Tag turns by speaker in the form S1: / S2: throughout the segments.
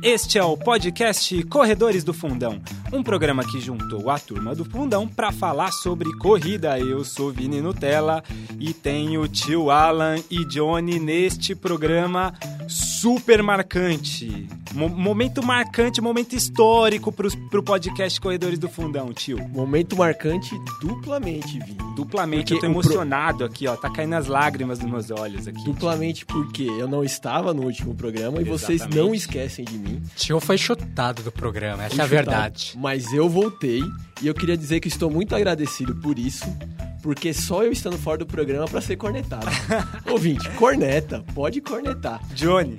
S1: Este é o podcast Corredores do Fundão, um programa que juntou a turma do Fundão para falar sobre corrida. Eu sou Vini Nutella e tenho tio Alan e Johnny neste programa super marcante. Mo- momento marcante, momento histórico para o podcast Corredores do Fundão, tio.
S2: Momento marcante duplamente, Vini.
S1: Duplamente,
S2: Porque
S1: eu tô
S2: o pro-
S1: emocionado aqui, ó. Tá caindo as lágrimas dos meus olhos aqui.
S2: Duplamente porque eu não estava no último programa e vocês
S1: Exatamente. é
S2: não esquecem de mim.
S3: Tio foi chutado do programa, essa é a
S2: Fui chutado.
S3: verdade.
S2: Mas eu voltei e eu queria dizer que estou muito agradecido por isso, porque só eu estando fora do programa para ser cornetado. Ouvinte, corneta, pode cornetar.
S1: Johnny.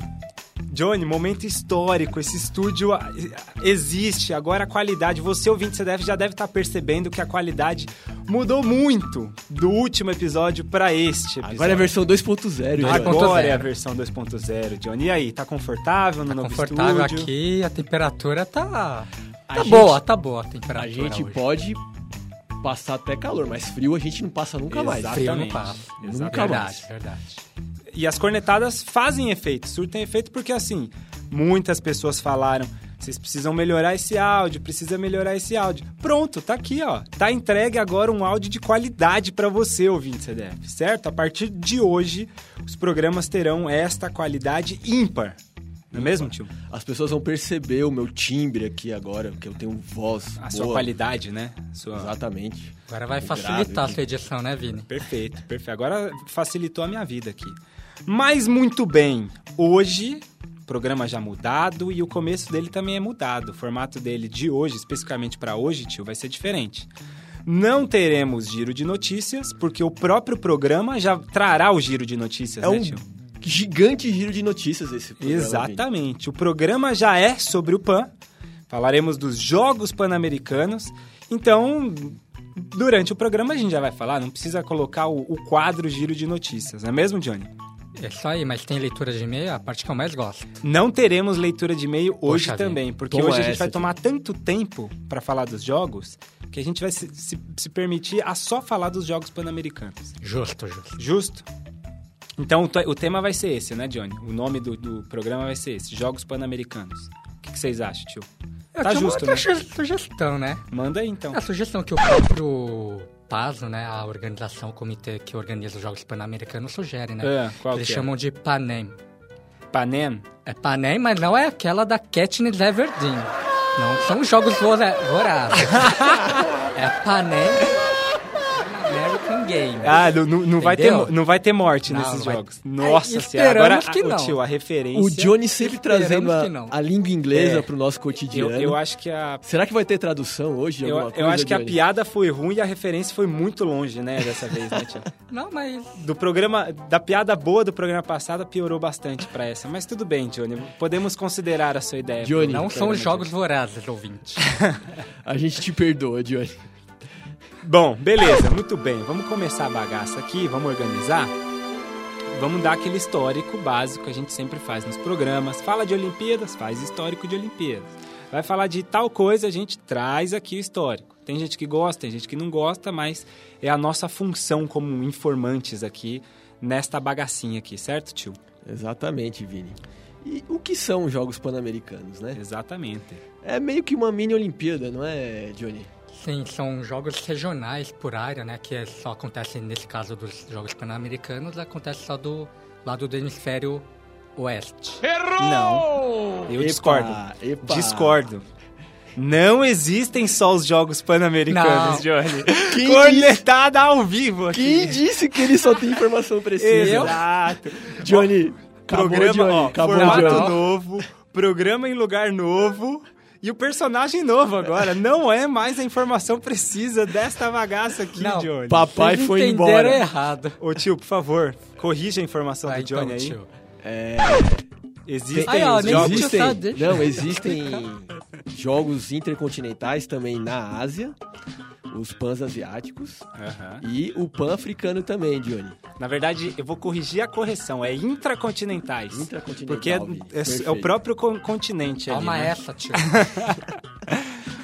S1: Johnny, momento histórico. Esse estúdio ah, existe. Agora a qualidade. Você ouvinte, você deve, já deve estar percebendo que a qualidade mudou muito do último episódio para este episódio.
S2: Agora é a versão 2.0, Johnny.
S3: Agora-
S1: Agora é a
S3: 2.0.
S1: versão 2.0, Johnny. E aí, tá confortável no novo
S3: Confortável
S1: estúdio?
S3: aqui, a temperatura tá.
S2: A
S3: Tá
S2: gente-
S3: boa, tá boa a temperatura.
S2: A gente
S3: hoje.
S2: pode passar até calor, mas frio a gente não passa nunca mais.
S1: Exato.
S3: Frio no
S1: Exatamente.
S3: papo.
S1: Exatamente.
S2: Nunca mais.
S3: verdade, verdade.
S1: E as cornetadas fazem efeito, surtem efeito porque assim, muitas pessoas falaram, vocês precisam melhorar esse áudio, precisa melhorar esse áudio. Pronto, tá aqui, ó. Tá entregue agora um áudio de qualidade pra você, ouvinte CDF, certo? A partir de hoje, os programas terão esta qualidade ímpar. Não é mesmo, tio?
S2: As pessoas vão perceber o meu timbre aqui agora, que eu tenho voz
S1: A
S2: boa.
S1: sua qualidade, né? Sua...
S2: Exatamente.
S3: Agora vai
S2: O
S3: facilitar a
S2: grave,
S3: sua edição, né, Vini?
S1: Perfeito, perfeito. Agora facilitou a minha vida aqui. Mas muito bem, hoje, programa já mudado e o começo dele também é mudado. O formato dele de hoje, especificamente para hoje, tio, vai ser diferente. Não teremos giro de notícias, porque o próprio programa já trará o giro de notícias,
S2: É
S1: né,
S2: um
S1: tio?
S2: gigante giro de notícias esse programa. gente.
S1: Exatamente. O programa já é sobre o PAN. Falaremos dos Jogos Pan-Americanos. Então, durante o programa a gente já vai falar, não precisa colocar o, o quadro giro de notícias, não é mesmo, Johnny?
S3: É isso aí, mas tem leitura de e-mail, a parte que eu mais gosto.
S1: Não teremos leitura de e-mail hoje
S3: Poxa vida.
S1: também, porque
S2: Toma
S1: hoje a gente
S2: essa,
S1: vai
S2: tio.
S1: tomar tanto tempo para falar dos jogos que a gente vai se, se- se permitir a só falar dos Jogos Pan-Americanos.
S3: Justo, justo.
S1: Justo? Então, o te- o tema vai ser esse, né, Johnny? O nome do, do programa vai ser esse, Jogos Pan-Americanos. O que que vocês acham, tio?
S3: Eu
S1: Tá
S3: tinha
S1: justo,
S3: uma
S1: né?
S3: outra su- sugestão, né?
S1: Manda aí então.
S3: A sugestão que o próprio PASO, né, a organização, o comitê que organiza os Jogos Pan-Americanos, sugere, né?
S1: Ah, qual
S3: Eles
S1: que é?
S3: chamam de PANEM.
S1: Panem?
S3: É Panem, mas não é aquela da Katniss Everdeen. Não são jogos vora- vorazes. é Panem American Game.
S1: Ah, não, não- não vai ter,
S3: Entendeu?
S1: não vai ter morte
S3: Não,
S1: nesses
S3: não vai-
S1: jogos. Nossa
S3: Ai,
S1: senhora,
S3: esperamos
S1: agora a-
S3: que
S1: o
S3: não.
S1: tio, a referência.
S2: O Johnny sempre
S3: Esperamos
S2: trazendo
S3: que
S2: a,
S3: não.
S2: a língua inglesa
S1: É.
S2: pro nosso
S1: eu,
S2: cotidiano.
S1: eu acho que a.
S2: Será que vai ter tradução hoje? de
S1: Eu,
S2: alguma
S1: eu
S2: coisa,
S1: acho que a
S2: Johnny?
S1: piada foi ruim e a referência foi muito longe, né, dessa vez, né, tio?
S3: Não, mas
S1: Do programa. Da piada boa do programa passado piorou bastante pra essa. Mas tudo bem, Johnny. Podemos considerar a sua ideia.
S2: Johnny,
S1: pro
S3: não são
S1: programa
S3: os
S1: de
S3: jogos vorazes, ouvinte.
S2: A gente te perdoa, Johnny.
S1: Bom, beleza, muito bem. Vamos começar a bagaça aqui, vamos organizar. Vamos dar aquele histórico básico que a gente sempre faz nos programas. Fala de Olimpíadas, faz histórico de Olimpíadas. Vai falar de tal coisa, a gente traz aqui o histórico. Tem gente que gosta, tem gente que não gosta, mas é a nossa função como informantes aqui nesta bagacinha aqui, certo, tio?
S2: Exatamente, Vini. E o que são os Jogos Pan-Americanos, né?
S1: Exatamente.
S2: É meio que uma mini Olimpíada, não é, Johnny?
S3: Sim, são jogos regionais por área, né? Que é- só acontece, nesse caso dos Jogos Pan-Americanos, acontece só do lado do hemisfério oeste.
S1: Não. Eu discordo.
S2: epa.
S1: Discordo. Não existem só os jogos pan-americanos,
S3: Não.
S1: Johnny.
S2: Quem
S1: Cornetada ao vivo aqui.
S2: Quem disse que ele só tem informação precisa?
S1: Exato.
S2: Johnny, acabou,
S1: programa,
S2: Johnny.
S1: ó,
S2: acabou,
S1: formato
S2: Johnny.
S1: novo, programa em lugar novo e o personagem novo agora. Não é mais a informação precisa desta bagaça aqui,
S3: Não.
S1: Johnny.
S2: Papai
S3: Vocês
S2: foi
S3: entenderam
S2: embora.
S3: errado.
S1: Ô tio, por favor, corrija a informação
S3: Ah,
S1: do Johnny
S3: então,
S1: aí.
S3: tio.
S1: Existem
S3: Aí, ó,
S1: os
S3: nem
S1: jogos...
S3: existe.
S2: existem,
S3: Tio, tá, deixa-
S2: não, existem jogos intercontinentais também na Ásia, os pãs asiáticos
S1: Aham.
S2: e o pan africano também, Johnny.
S1: Na verdade, eu vou corrigir a correção. É intracontinentais.
S2: Intracontinental,
S1: Porque é,
S2: Vi.
S1: é- é
S2: Perfeito. É
S1: o próprio con- continente ali.
S3: Calma
S1: né?
S3: essa, tio.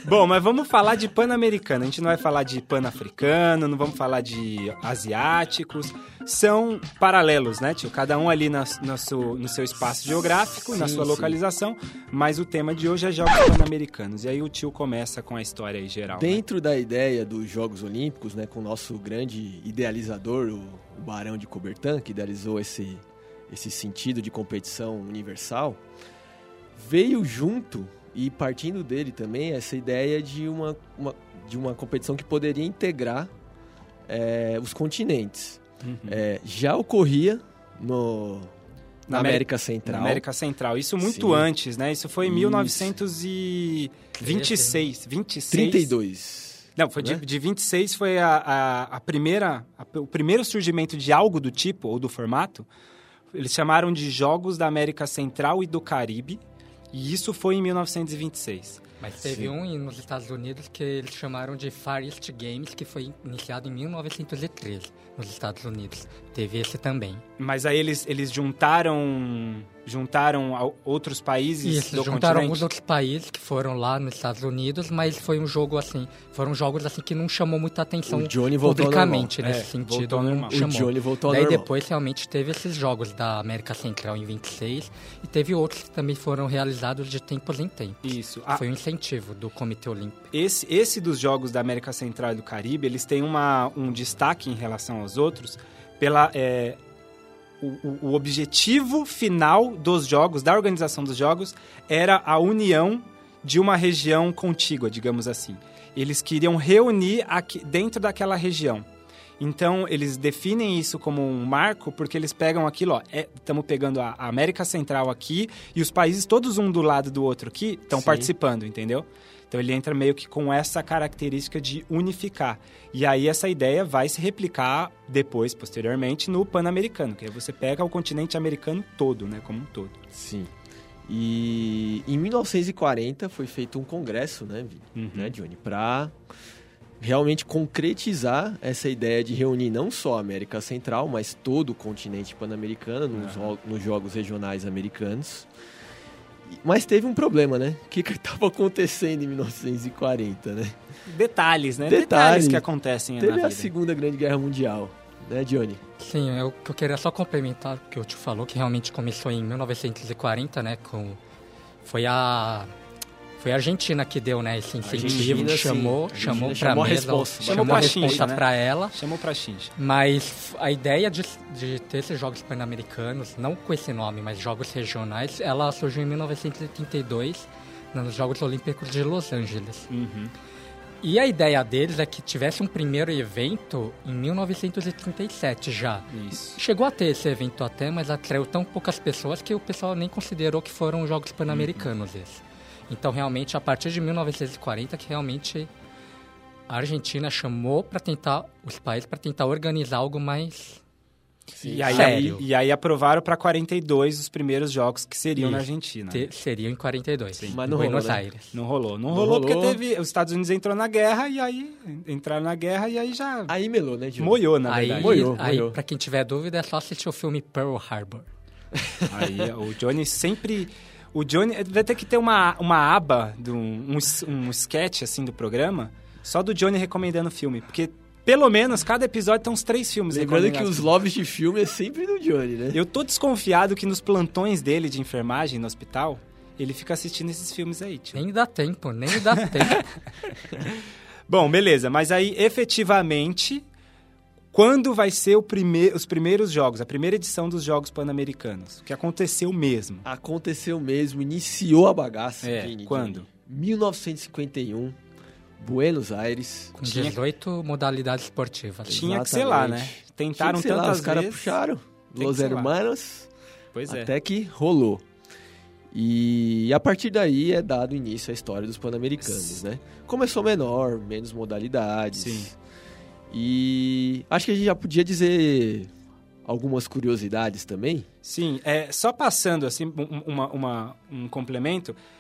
S1: Bom, mas vamos falar de pan-americano. A gente não vai falar de pan-africano, não vamos falar de asiáticos. São paralelos, né, tio? Cada um ali na, na seu- no seu espaço geográfico, na
S2: Sim,
S1: sua
S2: sim.
S1: localização. Mas o tema de hoje é Jogos Pan-Americanos. E aí o tio começa com a história aí geral. né?
S2: Dentro da ideia dos Jogos Olímpicos, né, com o nosso grande idealizador, o, o Barão de Coubertin, que idealizou esse, esse sentido de competição universal, veio junto e partindo dele também essa ideia de uma, uma- de uma competição que poderia integrar eh, os continentes.
S1: Uhum.
S2: Eh, já ocorria no,
S1: Na
S2: na
S1: Ameri-
S2: América
S1: Na
S2: Central.
S1: América Central. Isso muito
S2: Sim.
S1: antes, né? Isso foi em
S2: Isso.
S1: 1926. 26.
S2: 32.
S1: Não, foi de,
S2: né?
S1: de 26 foi a, a, a primeira, a- o primeiro surgimento de algo do tipo ou do formato. Eles chamaram de Jogos da América Central e do Caribe. E isso foi em 1926.
S3: Mas teve um em- nos Estados Unidos que eles chamaram de Far East Games, que foi iniciado em 1913 nos Estados Unidos. Teve esse também.
S1: Mas aí eles, eles juntaram juntaram ao- outros países
S3: Isso,
S1: do
S3: juntaram alguns
S1: continente.
S3: outros países que foram lá nos Estados Unidos, mas foi um jogo assim, foram jogos assim que não chamou muita atenção
S2: O Johnny voltou ao
S3: publicamente
S1: normal.
S3: nesse
S1: É,
S3: sentido.
S1: voltou ao
S3: não
S1: normal. O
S3: chamou.
S2: O Johnny voltou ao
S3: Daí
S2: normal.
S3: depois realmente teve esses jogos da América Central em 26 e teve outros que também foram realizados de tempos em tempos.
S1: Isso. A-
S3: Foi um incentivo do Comitê Olímpico.
S1: Esse, esse dos jogos da América Central e do Caribe, eles têm uma, um destaque em relação aos outros pela é, o, o- o objetivo final dos jogos, da organização dos jogos, era a união de uma região contígua, digamos assim. Eles queriam reunir aqui, dentro daquela região. Então, eles definem isso como um marco porque eles pegam aquilo, ó, estamos pegando a a América Central aqui e os países todos um do lado do outro aqui estão
S2: Sim.
S1: participando, entendeu? Então ele entra meio que com essa característica de unificar. E aí essa ideia vai se replicar depois, posteriormente, no Pan-Americano, que aí você pega o continente americano todo, né, como um todo.
S2: Sim. E em 1940 foi feito um congresso, né, Vi?
S1: Uhum.
S2: né Johnny? Para realmente concretizar essa ideia de reunir não só a América Central, mas todo o continente pan-americano nos, jo- nos Jogos Regionais Americanos. E- Mas teve um problema, né? O que estava acontecendo em 1940, né?
S1: Detalhes, né?
S2: Detalhe.
S1: Detalhes que acontecem na
S2: Teve
S1: vida.
S2: a Segunda Grande Guerra Mundial, né, Johnny?
S3: Sim, eu, eu queria só complementar o que eu te falou, que realmente começou em 1940, né? Com, foi a. Foi a Argentina que deu, né, esse incentivo,
S2: Argentina, sim.
S3: chamou,
S2: Argentina
S3: chamou pra
S2: chamou a
S3: mesa,
S2: responsa.
S3: chamou,
S1: Chamou
S3: a
S1: pra xincha,
S3: resposta
S1: né?
S3: pra ela.
S1: Chamou pra Xinja.
S3: Mas a ideia de, de ter esses jogos pan-americanos, não com esse nome, mas jogos regionais, ela surgiu em 1932, nos Jogos Olímpicos de Los Angeles.
S1: Uhum.
S3: E a ideia deles é que tivesse um primeiro evento em 1937 já.
S1: Isso.
S3: Chegou a ter esse evento até, mas atraiu tão poucas pessoas que o pessoal nem considerou que foram Jogos Pan-Americanos
S1: Uhum.
S3: esses. Então, realmente, a partir de 1940, que realmente a Argentina chamou para tentar, os países, para tentar organizar algo mais...
S1: E aí,
S3: Sério.
S1: e aí aprovaram pra 42 os primeiros jogos que seriam na
S3: Isso.
S1: Argentina.
S3: Te, seria em 42, em
S2: Mas não
S3: Buenos
S2: rolou, né?
S3: Aires.
S1: Né. Não rolou. Não,
S2: Não
S1: rolou, porque
S2: rolou.
S1: teve. Os Estados Unidos entrou na guerra e aí. Entraram na guerra e aí já.
S2: Aí melou, né, Johnny?
S1: moiou, na
S3: Aí,
S1: verdade.
S2: Moiou,
S3: aí
S2: moiou.
S3: para quem tiver dúvida, é só assistir o filme Pearl Harbor.
S1: Aí o Johnny sempre. O Johnny vai ter que ter uma, uma aba, de um, um, s- um sketch assim do programa, só do Johnny recomendando filme. Porque pelo menos cada episódio tem uns três filmes
S2: Lembrando que
S1: recomendados.
S2: os lobbies de filme é sempre do Johnny, né?
S1: Eu tô desconfiado que nos plantões dele de enfermagem no hospital, ele fica assistindo esses filmes aí, tio.
S3: Nem dá tempo, nem dá tempo.
S1: Bom, beleza, mas aí efetivamente. Quando vai ser o prime- os primeiros jogos, a primeira edição dos Jogos Pan-Americanos? O que aconteceu mesmo?
S2: Aconteceu mesmo, iniciou a bagaça.
S1: É,
S2: Vini,
S1: quando?
S2: Vini. 1951, Buenos Aires.
S3: Com
S1: Tinha-
S3: 18 modalidades esportivas.
S1: Tinha que ser lá, né?
S2: Exatamente.
S1: Tentaram
S2: Tinha que ser lá,
S1: tantas
S2: Os caras
S1: vezes.
S2: puxaram,
S1: que
S2: Los
S1: ser lá.
S2: Hermanos,
S1: Pois é.
S2: até que rolou. E a partir daí é dado início à história dos Pan-Americanos, né? Começou menor, menos modalidades.
S1: Sim.
S2: E acho que a gente já podia dizer algumas curiosidades também.
S1: Sim, é, só passando assim um- uma, uma- um complemento. um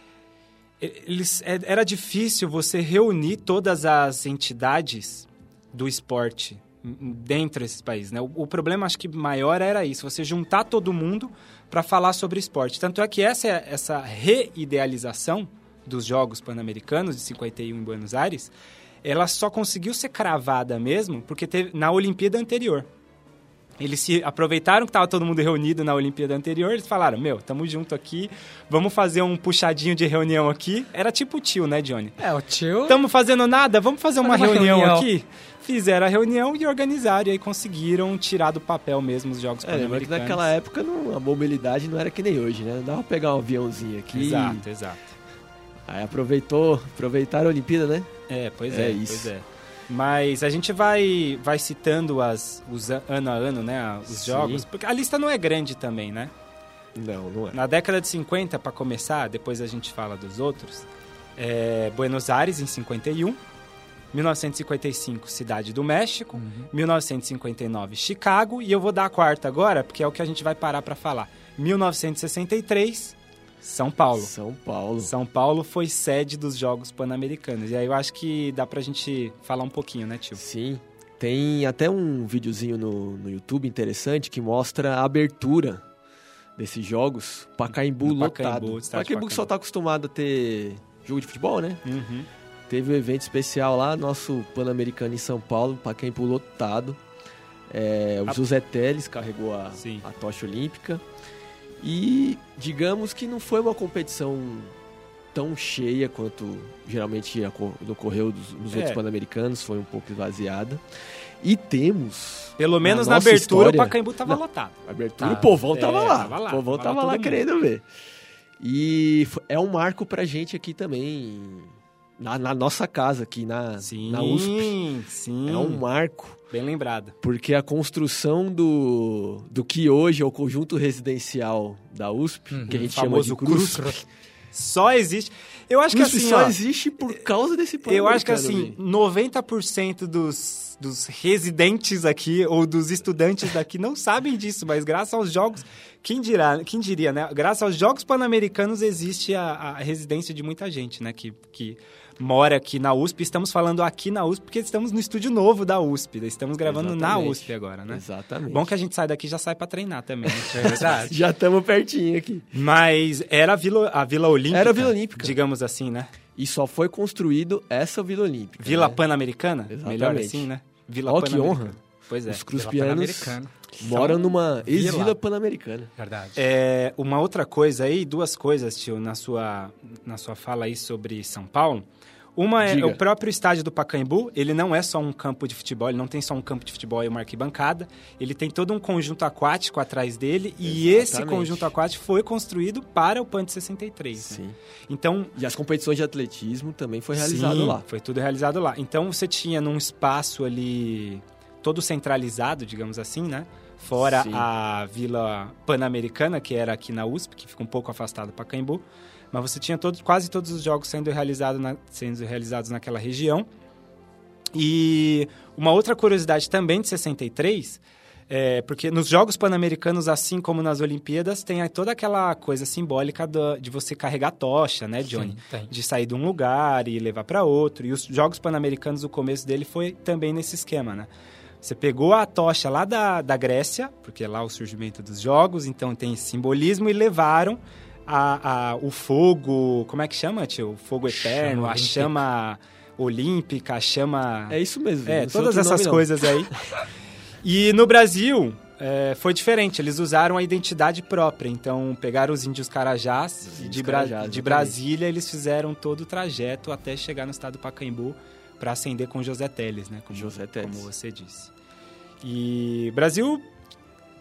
S1: eles, é- era difícil você reunir todas as entidades do esporte n- n- dentro desses países, né? O, o problema acho que maior era isso, você juntar todo mundo para falar sobre esporte. Tanto é que essa essa reidealização dos Jogos Pan-Americanos de 51 em Buenos Aires, ela só conseguiu ser cravada mesmo porque teve na Olimpíada anterior. Eles se aproveitaram que estava todo mundo reunido na Olimpíada anterior, eles falaram: "Meu, tamo junto aqui, vamos fazer um puxadinho de reunião aqui". Era tipo tio, né, Johnny?
S3: É, o tio.
S1: Estamos fazendo nada, vamos fazer uma,
S3: Fazer uma
S1: reunião,
S3: reunião.
S1: aqui. Fizeram a reunião e organizaram e aí conseguiram tirar do papel mesmo os jogos
S2: É, lembra que
S1: pan-americanos.
S2: naquela época não- a mobilidade não era que nem hoje, né? Dava pra pegar um aviãozinho aqui.
S1: Exato, exato.
S2: Aí aproveitou, aproveitaram a Olimpíada, né?
S1: É, pois é,
S2: É
S1: isso.
S2: isso.
S1: pois é. Mas a gente vai vai citando as os an- ano a ano, né, a- os
S2: Sim.
S1: jogos, porque a lista não é grande também, né?
S2: Não, não é.
S1: Na década de 50, para começar, depois a gente fala dos outros, é Buenos Aires em 51, 1955, Cidade do México,
S2: Uhum.
S1: 1959, Chicago, e eu vou dar a quarta agora, porque é o que a gente vai parar para falar. 1963, São Paulo.
S2: São Paulo.
S1: São Paulo foi sede dos Jogos Pan-Americanos. E aí eu acho que dá pra gente falar um pouquinho, né, tio?
S2: Sim. Tem até um videozinho no, no YouTube interessante que mostra a abertura desses jogos. Pacaembu
S1: No Pacaembu,
S2: lotado.
S1: estádio
S2: Pacaembu que só
S1: Pacaembu.
S2: tá acostumado a ter jogo de futebol, né?
S1: Uhum.
S2: Teve um evento especial lá, nosso Pan-Americano em São Paulo, Pacaembu lotado. É, o
S1: A-
S2: José Teles carregou a,
S1: Sim.
S2: a tocha olímpica. E digamos que não foi uma competição tão cheia quanto geralmente aco- ocorreu dos- nos
S1: É.
S2: outros Pan-Americanos, foi um pouco esvaziada. E temos
S1: Pelo
S2: Na
S1: menos na,
S2: nossa
S1: abertura, o
S2: história-
S1: Pacaembu tava
S2: Não.
S1: lotado.
S2: a abertura,
S3: Tá.
S2: o povão
S1: É,
S2: tava lá.
S1: tava lá,
S2: o povão
S1: tava lá
S2: tava lá
S1: todo mundo.
S2: querendo ver. E fo- é um marco pra gente aqui também, na, na nossa casa aqui, na,
S1: Sim,
S2: na USP.
S1: sim.
S2: É um marco
S1: Bem lembrado.
S2: Porque a construção do, do que hoje é o conjunto residencial da USP,
S3: Uhum.
S2: que a gente
S1: O
S2: chama de
S1: famoso Cruz.
S2: CRUSP,
S1: Só existe. Eu acho que
S2: CRUSP
S1: assim,
S2: só
S1: ó,
S2: existe por causa desse plano.
S1: eu acho que assim, 90% dos, dos residentes aqui ou dos estudantes daqui não sabem disso, mas graças aos jogos, quem dirá, quem diria, né? Graças aos jogos pan-americanos existe a, a residência de muita gente, né, que, que mora aqui na USP. Estamos falando aqui na USP porque estamos no estúdio novo da USP, né? estamos gravando na
S2: Exatamente.
S1: USP agora, né?
S2: Exatamente.
S1: Bom que a gente sai daqui e já sai pra treinar também. Né?
S3: Verdade.
S2: Já estamos pertinho aqui.
S1: Mas era a Vila, a Vila Olímpica.
S2: Era a Vila Olímpica.
S1: Digamos assim, né?
S2: E só foi construído essa Vila Olímpica.
S1: Vila
S2: né?
S1: Pan-Americana?
S2: Exatamente.
S1: Melhor assim, né? Vila
S2: Ó, que honra.
S1: Pois é.
S2: Os
S3: Pela
S2: cruspianos
S3: Pan-Americana.
S2: moram numa
S3: Vila.
S2: ex-vila pan-americana.
S3: Verdade.
S1: É, uma outra coisa aí, duas coisas, tio, na sua, na sua fala aí sobre São Paulo. Uma é
S2: Diga.
S1: o próprio estádio do Pacaembu, ele não é só um campo de futebol, ele não tem só um campo de futebol e uma arquibancada, ele tem todo um conjunto aquático atrás dele e esse
S2: Exatamente.
S1: conjunto aquático foi construído para o PAN de 63. né?
S2: Sim.
S1: Então,
S2: E as competições de atletismo também foi realizado
S1: Sim,
S2: lá.
S1: Foi tudo realizado lá. Então você tinha num espaço ali todo centralizado, digamos assim, né? Fora
S2: Sim.
S1: a Vila Pan-Americana, que era aqui na USP, que fica um pouco afastada para Caimbu. Mas você tinha todos, quase todos os jogos sendo, realizado na- sendo realizados naquela região. E uma outra curiosidade também de 63, é, porque nos Jogos Pan-Americanos, assim como nas Olimpíadas, tem aí toda aquela coisa simbólica da- de você carregar tocha, né, Johnny?
S3: Sim, tem.
S1: de sair de um lugar e levar para outro. E os Jogos Pan-Americanos, o começo dele foi também nesse esquema, né? Você pegou a tocha lá da, da Grécia, porque é lá o surgimento dos Jogos, então tem esse simbolismo, e levaram a, a- o fogo, como é que chama, tio? O fogo
S3: Chama
S1: eterno, a
S3: olímpica.
S1: chama olímpica, a chama...
S2: É isso mesmo.
S1: É,
S2: não sei
S1: todas
S2: outro
S1: essas
S2: nome, não.
S1: coisas aí. E no Brasil é, foi diferente, eles usaram a identidade própria. Então pegaram os índios Carajás
S2: Os
S1: e
S2: índios
S1: de, Bra-
S2: Carajás,
S1: de
S2: exatamente.
S1: Brasília eles fizeram todo o trajeto até chegar no estado do Pacaembu para acender com José Teles, né? Como,
S2: José Teles.
S1: Como você disse. E Brasil,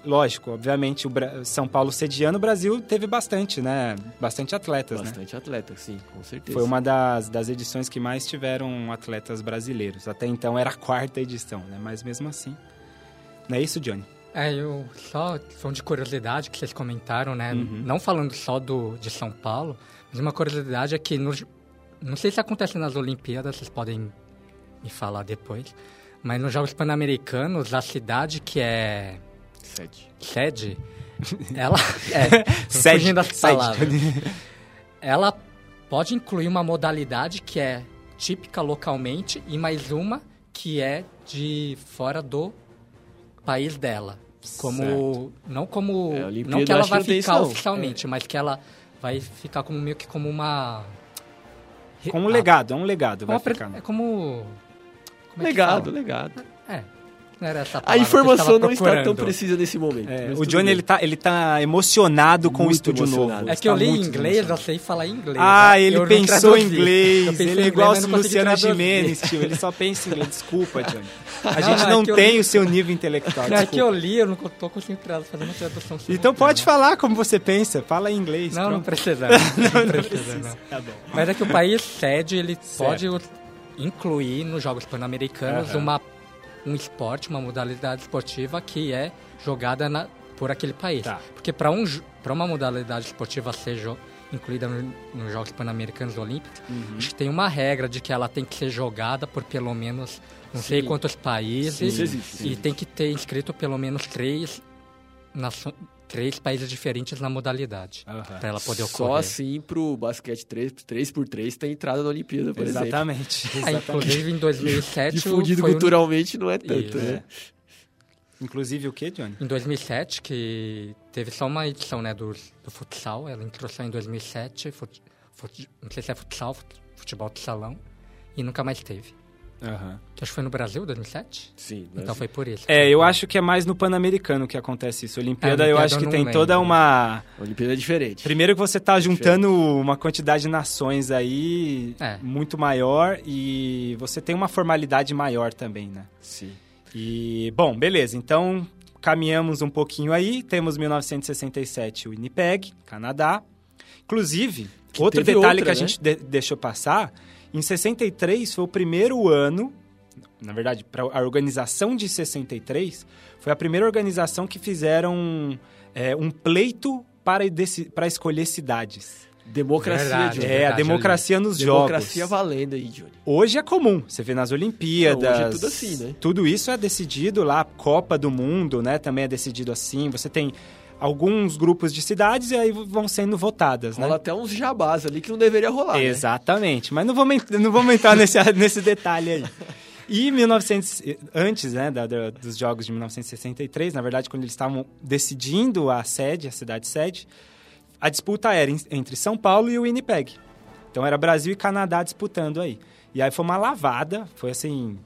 S1: lógico, obviamente, o Bra- São Paulo sediano, o Brasil teve bastante, né? Bastante atletas, né?
S2: Bastante atleta, sim, com certeza.
S1: Foi uma das, das edições que mais tiveram atletas brasileiros. Até então era a quarta edição, né? Mas mesmo assim. Não é isso, Johnny?
S3: É, eu só são de curiosidade que vocês comentaram, né?
S1: Uhum.
S3: Não falando só do de São Paulo, mas uma curiosidade é que no, não sei se acontece nas Olimpíadas, vocês podem me falar depois, mas nos Jogos Pan-Americanos a cidade que é
S2: Sete.
S3: sede, ela é, tô fugindo das
S1: sede.
S3: palavras. Ela pode incluir uma modalidade que é típica localmente e mais uma que é de fora do país dela. Como
S1: Certo.
S3: não como
S2: É, a Olimpíada
S3: não que ela
S2: acho que
S3: vai
S2: não tem
S3: ficar
S2: isso, não. É.
S3: oficialmente, mas que ela vai ficar como meio que como uma
S1: Como um
S3: a-
S1: legado, é um legado, vai
S3: uma Ah. pre-
S1: ficar.
S3: É como como é que
S2: né? Legado,
S3: fala?
S2: legado.
S3: É. Não era essa
S2: A
S3: palavra que eu
S2: informação
S3: estava
S2: não está tão
S3: procurando.
S2: precisa nesse momento.
S1: É,
S2: mas
S1: o
S2: tudo
S1: Johnny,
S2: bem.
S1: ele tá, ele tá emocionado com o
S2: Muito
S1: estúdio
S2: emocionado.
S1: novo.
S3: É que eu
S1: Tá
S3: li em
S1: muito
S3: inglês, eu
S1: emocionado.
S3: sei falar em inglês.
S1: Ah,
S3: né?
S1: ele
S3: Eu não
S1: pensou
S3: traduzi.
S1: em
S3: Eu
S1: inglês.
S3: pensei
S1: Ele é
S3: em
S1: igual
S3: inglês, mas não consegui
S1: Luciana
S3: traduzir.
S1: Gimenez, tio. Ele só pensa em inglês. Desculpa, Johnny. A
S3: Não,
S1: gente
S3: não, é
S1: não,
S3: que eu
S1: tem
S3: li-
S1: o seu nível intelectual.
S3: Não, é que eu
S1: desculpa.
S3: li, eu não tô conseguindo tra- fazer uma tradução.
S1: Então pode
S3: simultânea.
S1: falar como você pensa. Fala em inglês.
S3: Não, não
S1: pronto.
S3: precisa. Não,
S1: Não
S3: precisa, não.
S1: Tá bom.
S3: Mas é que o país sede, ele pode
S1: Certo.
S3: ut- incluir nos Jogos Pan-Americanos
S1: Aham.
S3: uma, um esporte, uma modalidade esportiva que é jogada na- por aquele país.
S1: Tá.
S3: Porque para um, jo- pra uma modalidade esportiva ser jo- incluída no- nos Jogos Pan-Americanos Olímpicos, acho que tem uma regra de que ela tem que ser jogada por pelo menos não sei
S2: Sim.
S3: quantos países
S2: Sim, existe, sim.
S3: e tem que ter inscrito pelo menos três, naço- três países diferentes na modalidade.
S1: Aham.
S3: Para ela poder
S2: Só
S3: ocorrer.
S2: assim pro basquete 3, 3x3 tem entrada na Olimpíada, por exemplo.
S1: Exatamente.
S3: Ah,
S1: Exatamente.
S3: inclusive em 2007
S2: Difundido
S3: foi o-
S2: culturalmente não é tanto,
S3: Isso.
S2: né?
S1: Inclusive o que, Johnny?
S3: em 2007 que teve só uma edição né do, do futsal ela entrou só em 2007 fut, fut- não sei se é futsal fut- futebol de salão e nunca mais teve
S1: Aham.
S3: que acho que foi no Brasil 2007
S2: Sim.
S3: então foi por isso
S1: É, eu acho que é mais no Pan-Americano que acontece isso. Olimpíada,
S3: É,
S1: eu
S3: Olimpíada
S1: acho
S3: eu
S1: que
S3: não
S1: tem
S3: lembro.
S1: toda uma.
S2: A Olimpíada é diferente.
S1: Primeiro que você tá juntando uma quantidade de nações aí
S3: É.
S1: muito maior e você tem uma formalidade maior também, né?
S2: Sim.
S1: E, bom, beleza. Então, caminhamos um pouquinho aí. Temos 1967, o Winnipeg, Canadá. Inclusive, outro
S2: teve
S1: detalhe
S2: outra,
S1: que a
S2: né?
S1: gente de- deixou passar, em 63 foi o primeiro ano, na verdade, para a organização de 63, foi a primeira organização que fizeram é, um pleito para, deci- para escolher cidades.
S2: Democracia,
S3: Verdade.
S2: Johnny.
S1: é, a
S3: verdade,
S1: democracia nos
S2: Democracia
S1: jogos.
S2: valendo aí, Johnny.
S1: Hoje é comum, você vê nas Olimpíadas.
S2: Não, hoje é tudo assim, né?
S1: Tudo isso é decidido lá, Copa do Mundo, né? Também é decidido assim. Você tem alguns grupos de cidades e aí vão sendo votadas, né?
S2: Rola até uns jabás ali que não deveria rolar, né?
S1: Exatamente, mas não vamos, en- não vamos entrar nesse, nesse detalhe aí. E 1900, e- antes né, da- da- dos Jogos de 1963, na verdade, quando eles estavam decidindo a sede, a cidade-sede, a disputa era em- entre São Paulo e o Winnipeg. Então era Brasil e Canadá disputando aí. E aí foi uma lavada, foi assim,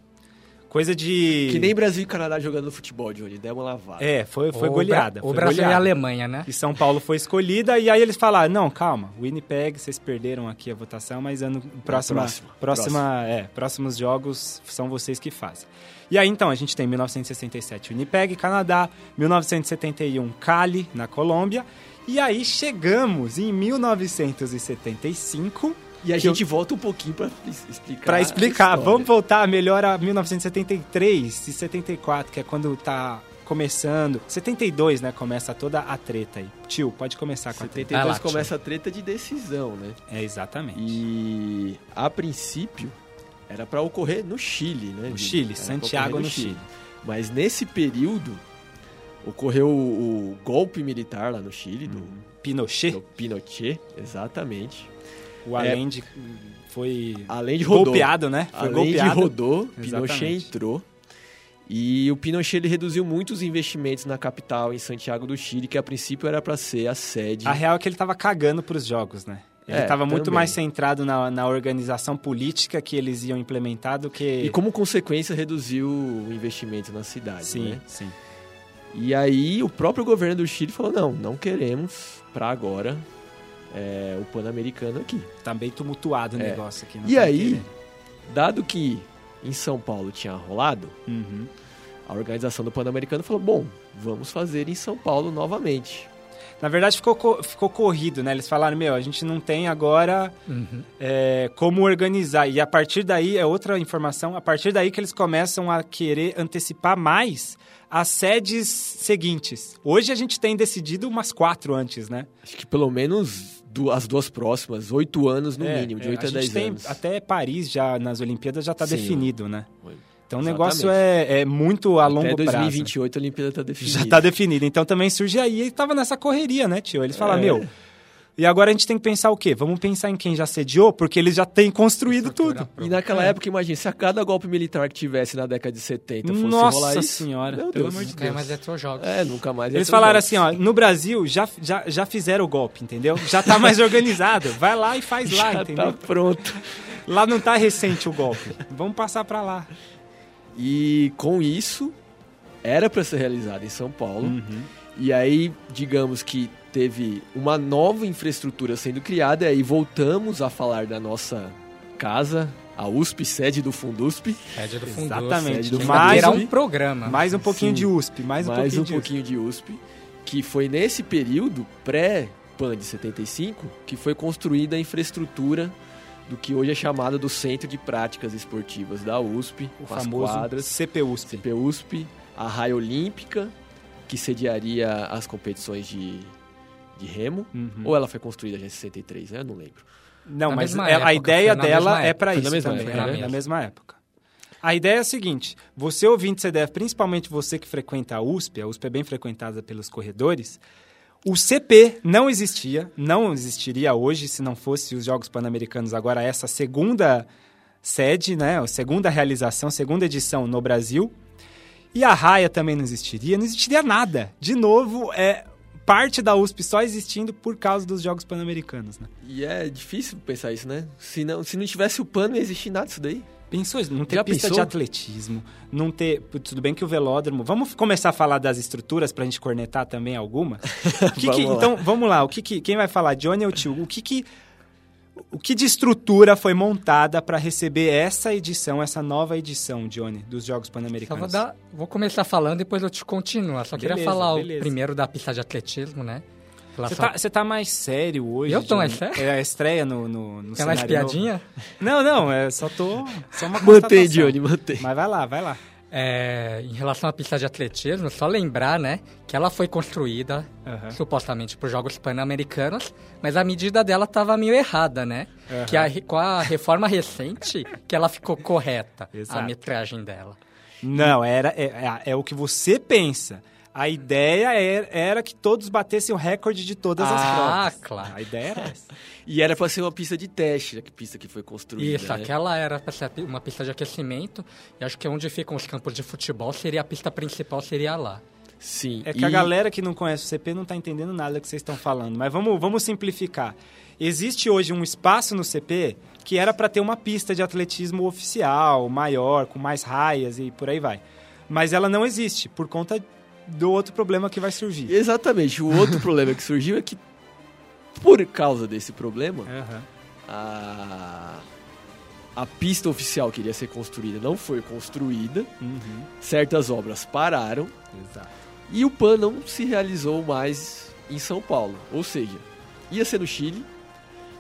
S1: coisa de...
S2: Que nem Brasil e Canadá jogando no futebol, Johnny. Deu uma lavada.
S1: É, foi, foi
S3: O Bra-
S1: goleada.
S3: o
S1: foi
S3: Brasil e a
S1: goleada.
S3: Alemanha né
S1: E São Paulo foi escolhida, e aí eles falaram: não, calma, Winnipeg, vocês perderam aqui a votação, mas ano próxima,
S2: próximo,
S1: próxima, é, próximos jogos são vocês que fazem. E aí então a gente tem 1967 Winnipeg, Canadá, 1971 Cali, na Colômbia, e aí chegamos em 1975
S2: E a
S1: que eu-
S2: gente volta um pouquinho pra es- explicar.
S1: para
S2: a
S1: explicar,
S2: história.
S1: vamos voltar melhor a 1973 e 74, que é quando tá começando. 72, né? Começa toda a treta aí. Tio, pode começar com a treta.
S2: 72
S3: Vai lá, tio.
S2: começa a treta de decisão, né?
S1: É, exatamente.
S2: E a princípio era pra ocorrer no Chile, né?
S1: No
S2: Vini?
S1: Chile,
S2: Era pra
S1: Santiago
S2: ocorrer
S1: no Chile.
S2: Mas nesse período ocorreu o, o golpe militar lá no Chile do- do,
S1: Pinochet,
S2: Pinochet, exatamente.
S1: o além de foi
S2: Além de rodou,
S1: golpeado, né? Foi
S2: além
S1: golpeado.
S2: de rodou, Pinochet
S1: Exatamente.
S2: entrou. E o Pinochet ele reduziu muito os investimentos na capital em Santiago do Chile, que a princípio era pra ser a sede.
S1: A real é que ele tava cagando pros jogos, né? Ele
S2: É,
S1: tava muito
S2: também.
S1: mais centrado na, na organização política que eles iam implementar do que.
S2: E como consequência reduziu o investimento na cidade,
S1: sim,
S2: né?
S1: sim.
S2: E aí o próprio governo do Chile falou: não, não queremos pra agora é, o Pan-Americano aqui.
S1: Tá bem tumultuado o
S2: É.
S1: negócio aqui. não
S2: E
S1: tá
S2: aí?
S1: querendo.
S2: Dado que em São Paulo tinha rolado,
S1: Uhum.
S2: a organização do Pan-Americano falou: bom, vamos fazer em São Paulo novamente.
S1: Na verdade, ficou, co- ficou corrido, né? Eles falaram, meu, a gente não tem agora
S3: Uhum.
S1: é, como organizar. E a partir daí, é outra informação, a partir daí que eles começam a querer antecipar mais as sedes seguintes. Hoje a gente tem decidido umas quatro antes, né?
S2: Acho que pelo menos du- as duas próximas, oito anos no
S1: É,
S2: mínimo, de
S1: é,
S2: oito a
S1: gente
S2: dez
S1: tem-
S2: anos.
S1: Até Paris, já nas Olimpíadas, já está
S2: Sim.
S1: definido, né?
S2: Oi.
S1: Então o
S2: Exatamente.
S1: negócio é, é muito a longo
S2: até
S1: prazo. né?
S2: 2028 a Olimpíada tá
S1: Já
S2: definida.
S1: está definido. Então também surge aí, e tava nessa correria, né, tio? Eles falam,
S2: É.
S1: meu, E agora a gente tem que pensar o quê? Vamos pensar em quem já sediou, porque eles já têm construído tudo.
S2: E naquela época, imagina, se a cada golpe militar que tivesse na década de 70 fosse rolar
S1: Nossa
S2: isso...
S1: senhora,
S2: Meu
S1: pelo
S2: Deus.
S1: amor de
S3: Nunca
S1: Deus.
S3: mais Eletrojogos.
S2: É, nunca mais. ia
S1: Eles
S2: ter
S1: falaram
S2: golpe.
S1: assim, ó, no Brasil já, já, já fizeram o golpe, entendeu? Já tá mais organizado. Vai lá e faz lá,
S2: Já
S1: entendeu?
S2: tá pronto.
S1: Lá não tá recente o golpe. Vamos passar pra lá.
S2: E com isso, era para ser realizado em São Paulo.
S1: Uhum.
S2: E aí, digamos que teve uma nova infraestrutura sendo criada, e aí voltamos a falar da nossa casa, a USP, sede do Fundusp.
S3: Sede do fundo.
S1: Exatamente.
S3: Sede do
S1: Mais
S3: Terá
S1: um-
S3: um programa.
S1: Mais um pouquinho
S2: Sim.
S1: de USP, mais um
S2: mais
S1: pouquinho
S2: um
S1: de USP.
S2: pouquinho de USP, que foi nesse período pré-PAN de 75 que foi construída a infraestrutura do que hoje é chamada do Centro de Práticas Esportivas da USP,
S1: O
S2: com as
S1: famoso
S2: quadras,
S1: CPUSP.
S2: CPUSP, a Raia Olímpica, que sediaria as competições de, de remo,
S1: Uhum.
S2: ou ela foi construída já em 63, né? Eu não lembro.
S1: Não,
S3: Na
S1: mas
S3: mesma
S1: é- a
S3: época,
S1: ideia
S3: foi na
S1: dela
S3: mesma
S1: é pra
S2: época.
S1: isso
S2: Foi na mesma
S1: também,
S3: época,
S1: né?
S3: foi na
S1: na mesma época. A ideia é a seguinte, você ouvinte CDF, principalmente você que frequenta a USP, a USP é bem frequentada pelos corredores, o CP não existia, não existiria hoje se não fosse os Jogos Pan-Americanos agora essa segunda sede, né, a segunda realização, segunda edição no Brasil. E a Raia também não existiria, não existiria nada. De novo, é parte da USP só existindo por causa dos Jogos Pan-Americanos, né?
S2: E é difícil pensar isso, né? Se não, se não tivesse o PAN, não ia existir nada disso daí.
S1: Pensou isso? Não ter
S2: Já
S1: pista de
S2: pensou?
S1: atletismo, não ter. Putz, Tudo bem que o velódromo. Vamos começar a falar das estruturas pra gente cornetar também alguma? O que que-
S2: Vamos lá.
S1: Então, vamos lá. O que que- quem vai falar, Johnny ou Tio? O que, que, o que de estrutura foi montada pra receber essa edição, essa nova edição, Johnny, dos Jogos
S3: Só Então vou,
S1: Pan-Americanos?
S3: dar- vou começar falando, depois eu te continuo. Eu Só queria
S1: Beleza,
S3: falar o
S1: beleza.
S3: primeiro da pista de atletismo, né?
S1: Você
S3: Relação
S1: tá, você tá mais sério hoje?
S3: Eu tô
S1: Johnny?
S3: mais sério?
S1: É a estreia no, no, no
S3: Tem mais
S1: cenário novo.
S3: piadinha?
S1: Não, não, é só tô. Só uma
S2: Mantém,
S1: constatação.
S2: Johnny, mantém.
S1: Mas vai lá, vai lá.
S3: É, em relação à pista de atletismo, só lembrar, né, que ela foi construída
S1: Aham.
S3: supostamente para os Jogos Pan-Americanos, mas a medida dela estava meio errada, né? Que a re- com a reforma recente, que ela ficou correta, a
S1: Exato.
S3: metragem dela.
S1: Não, era é, é- é o que você pensa. A ideia era, era que todos batessem o recorde de todas as
S3: Ah,
S1: provas.
S3: claro.
S1: A ideia era essa.
S2: E era pra ser uma pista de teste, a pista que foi construída.
S3: Isso,
S2: né?
S3: aquela era pra ser a pi- uma pista de aquecimento, e acho que onde ficam os campos de futebol seria a pista principal, seria lá.
S2: Sim.
S1: É que
S2: e-
S1: a galera que não conhece o CP não está entendendo nada que vocês estão falando. Mas vamos, vamos simplificar. Existe hoje um espaço no CP que era para ter uma pista de atletismo oficial, maior, com mais raias e por aí vai. Mas ela não existe por conta do outro problema que vai surgir.
S2: Exatamente. O outro problema que surgiu é que, por causa desse problema,
S1: Aham.
S2: a, a pista oficial que iria ser construída não foi construída,
S1: Uhum.
S2: certas obras pararam
S1: Exato.
S2: e o PAN não se realizou mais em São Paulo. Ou seja, ia ser no Chile,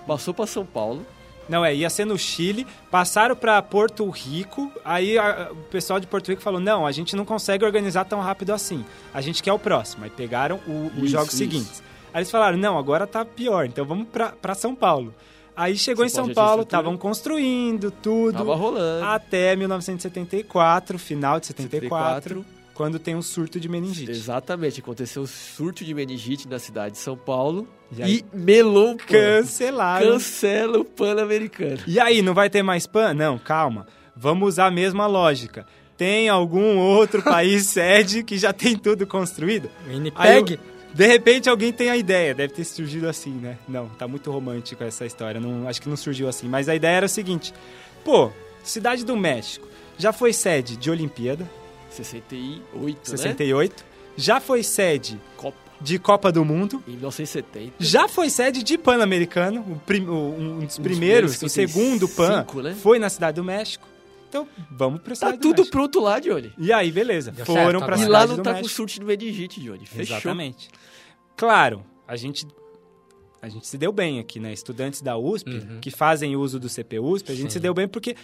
S2: passou pra São Paulo,
S1: Não, é, ia ser no Chile, passaram pra Porto Rico, aí a- o pessoal de Porto Rico falou: não, a gente não consegue organizar tão rápido assim, a gente quer o próximo. Aí pegaram o- os
S2: Isso,
S1: jogos
S2: isso.
S1: seguintes. Aí eles falaram: não, agora tá pior, então vamos pra, pra São Paulo. Aí chegou
S2: São
S1: em São
S2: Paulo já tinha
S1: Paulo,
S2: estrutura.
S1: estavam construindo tudo
S2: tava rolando.
S1: até 1974, final de 74, quando tem um surto de meningite.
S2: Exatamente, aconteceu o surto de meningite na cidade de São Paulo
S1: E aí-
S2: e, melou o PAN.
S1: Cancelaram.
S2: Cancela o Pan-Americano.
S1: E aí, não vai ter mais PAN? Não, calma. Vamos usar a mesma lógica. Tem algum outro país sede que já tem tudo construído?
S3: O
S1: Aí eu-
S3: Winnipeg,
S1: De repente alguém tem a ideia, deve ter surgido assim, né? Não, tá muito romântico essa história, não, acho que não surgiu assim. Mas a ideia era o seguinte: pô, Cidade do México já foi sede de Olimpíada,
S2: 68, 68.
S1: 68, já foi sede
S2: né? Copa.
S1: de Copa do Mundo,
S2: Em 1970.
S1: já foi sede de Pan-Americano, o prim- o- um dos
S2: Um dos
S1: primeiros,
S2: primeiros
S1: o segundo Pan,
S2: 55, né?
S1: foi na Cidade do México. Então, vamos pra
S2: Tá
S1: Cidade do
S2: tudo
S1: México.
S2: pronto lá, Johnny.
S1: E aí, beleza.
S3: Deu
S1: Foram
S3: certo
S1: pra
S3: agora.
S2: E
S1: Cidade
S2: lá não
S1: do
S2: tá com
S1: México.
S2: surto de meningite, Johnny. Fechou.
S1: Exatamente. Claro, a gente a gente se deu bem aqui, né? Estudantes da USP
S3: Uhum.
S1: que fazem uso do CPUSP, a gente
S3: Sim.
S1: se deu bem porque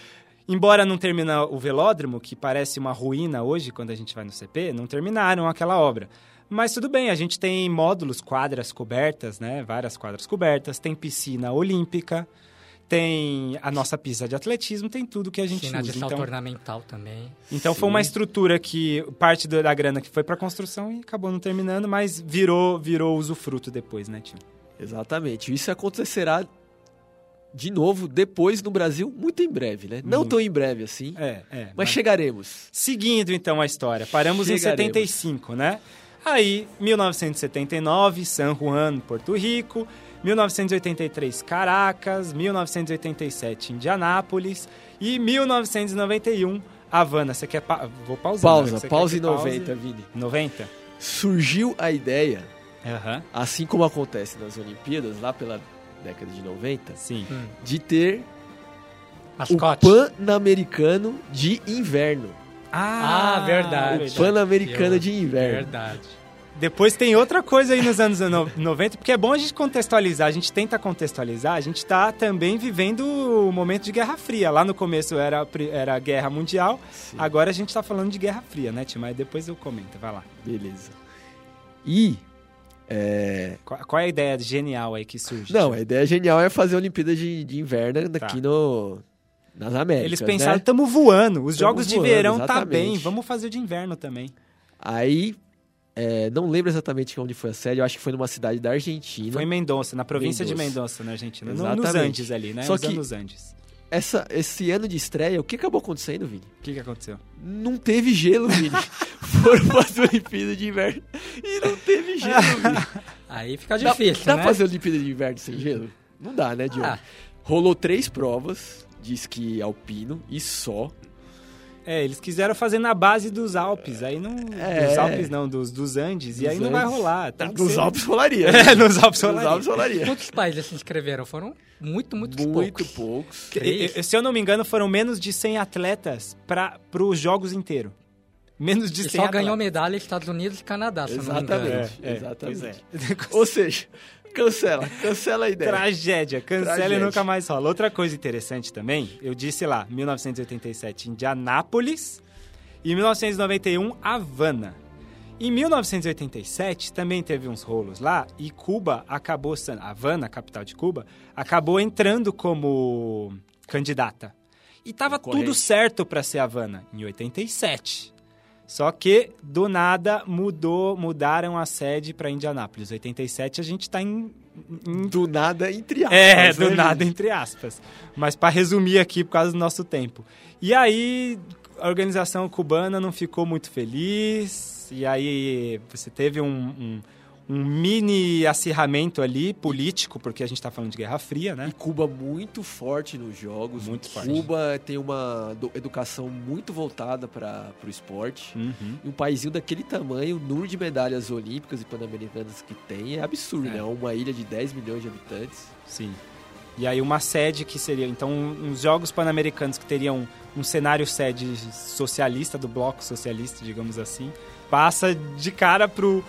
S1: embora não termina o velódromo, que parece uma ruína hoje quando a gente vai no CP, não terminaram aquela obra. Mas tudo bem, a gente tem módulos, quadras cobertas, né? Várias quadras cobertas, tem piscina olímpica, tem a nossa pista de atletismo, tem tudo que a gente
S3: piscina
S1: usa.
S3: de salto
S1: Então,
S3: ornamental também.
S1: então
S2: Sim.
S1: foi uma estrutura que parte do- da grana que foi pra construção e acabou não terminando, mas virou virou usufruto depois, né, tio?
S2: Exatamente. Isso acontecerá de novo depois no Brasil, muito em breve, né? Não
S1: Muito.
S2: tão em breve assim,
S1: É, é.
S2: mas chegaremos.
S1: Seguindo então a história, paramos em
S2: Chegaremos.
S1: 75, né? Aí, 1979, San Juan, Porto Rico, 1983, Caracas, 1987, Indianápolis e 1991, Havana. Você quer pa... vou né? pausar?
S2: Pausa, pausa em 90, Vini.
S1: 90?
S2: Surgiu a ideia,
S1: Aham.
S2: assim como acontece nas Olimpíadas, lá pela década de 90,
S1: Sim.
S2: de ter
S3: Mascote.
S2: o Pan-Americano de Inverno.
S3: Ah, verdade.
S2: O Pan-Americano de Inverno.
S3: Verdade.
S1: Depois tem outra coisa aí nos anos no- 90, porque é bom a gente contextualizar, a gente tenta contextualizar, a gente tá também vivendo o momento de Guerra Fria. Lá no começo era, a pri- era a Guerra Mundial,
S2: Sim.
S1: agora a gente tá falando de Guerra Fria, né, Tim? Mas depois eu comento, vai lá.
S2: Beleza. E. é,
S1: Qual, qual é a ideia genial aí que surge?
S2: Não,
S1: Tim?
S2: a ideia genial é fazer a Olimpíada de, de Inverno
S1: Tá.
S2: aqui no. Nas Américas.
S1: Eles pensaram,
S2: né?
S1: estamos voando, os
S2: Tamo
S1: jogos
S2: voando,
S1: de verão tá
S2: exatamente.
S1: bem, vamos fazer o de inverno também.
S2: Aí, é, não lembro exatamente onde foi a sede, eu acho que foi numa cidade da Argentina.
S1: Foi em Mendonça, na província de
S2: Mendoza.
S1: Mendonça, na Argentina, no- nos
S2: Exatamente.
S1: Andes ali, né?
S2: Só que-
S1: Usando os Andes.
S2: Essa, esse ano de estreia, o que acabou acontecendo, Vini?
S1: O que, que aconteceu?
S2: Não teve gelo, Vini. Foram fazer Olimpíada de Inverno e não teve gelo, Vini.
S3: Aí fica
S2: Dá-
S3: difícil,
S2: dá
S3: né?
S2: fazer Olimpíada de Inverno sem gelo? Não dá, né, Diogo?
S3: Ah,
S2: Rolou três provas de esqui alpino e só.
S1: É, eles quiseram fazer na base dos Alpes, aí não.
S2: É.
S1: Dos Alpes não, dos, dos Andes, e
S2: Dos
S1: aí não vai
S2: Andes.
S1: rolar. Tem que
S2: Nos
S1: ser-
S2: Alpes rolaria.
S1: É, nos Alpes
S2: Nos
S1: rolaria.
S2: Alpes rolaria.
S3: quantos países se inscreveram? Foram muito, muito,
S2: Muito
S3: poucos.
S2: poucos.
S1: E- e- Se eu não me engano, foram menos de 100 atletas para os jogos inteiro. Menos de
S3: E
S1: 100
S3: só ganhou
S1: atletas.
S3: medalha Estados Unidos e Canadá, se eu não me engano.
S2: Exatamente.
S1: É, é,
S2: Exatamente.
S1: pois é.
S2: Ou seja, cancela, cancela a ideia.
S1: Tragédia, cancela e
S2: Tragédia.
S1: nunca mais rola. Outra coisa interessante também, eu disse lá, 1987, Indianápolis, e 1991, Havana. Em 1987 também teve uns rolos lá e Cuba acabou, sendo- Havana, capital de Cuba, acabou entrando como candidata. E tava tudo
S2: Concorrente.
S1: certo para ser Havana em 87. Só que do nada mudou, mudaram a sede para Indianápolis. 87 a gente tá em, em
S2: Do nada, entre aspas.
S1: é,
S2: né,
S1: do
S2: gente?
S1: nada, entre aspas. Mas para resumir aqui, por causa do nosso tempo. E aí, a organização cubana não ficou muito feliz, e aí você teve um, um- um mini acirramento ali, político, porque a gente está falando de Guerra Fria, né?
S2: E Cuba é muito forte nos jogos.
S1: Muito forte.
S2: Cuba tem uma do- educação muito voltada para o esporte.
S1: Uhum.
S2: E um paísinho daquele tamanho, o número de medalhas olímpicas e pan-americanas que tem é absurdo,
S1: É.
S2: né? Uma ilha de 10 milhões de habitantes.
S1: Sim. E aí uma sede que seria, então, uns Jogos Pan-Americanos que teriam um cenário sede socialista, do bloco socialista, digamos assim, passa de cara pro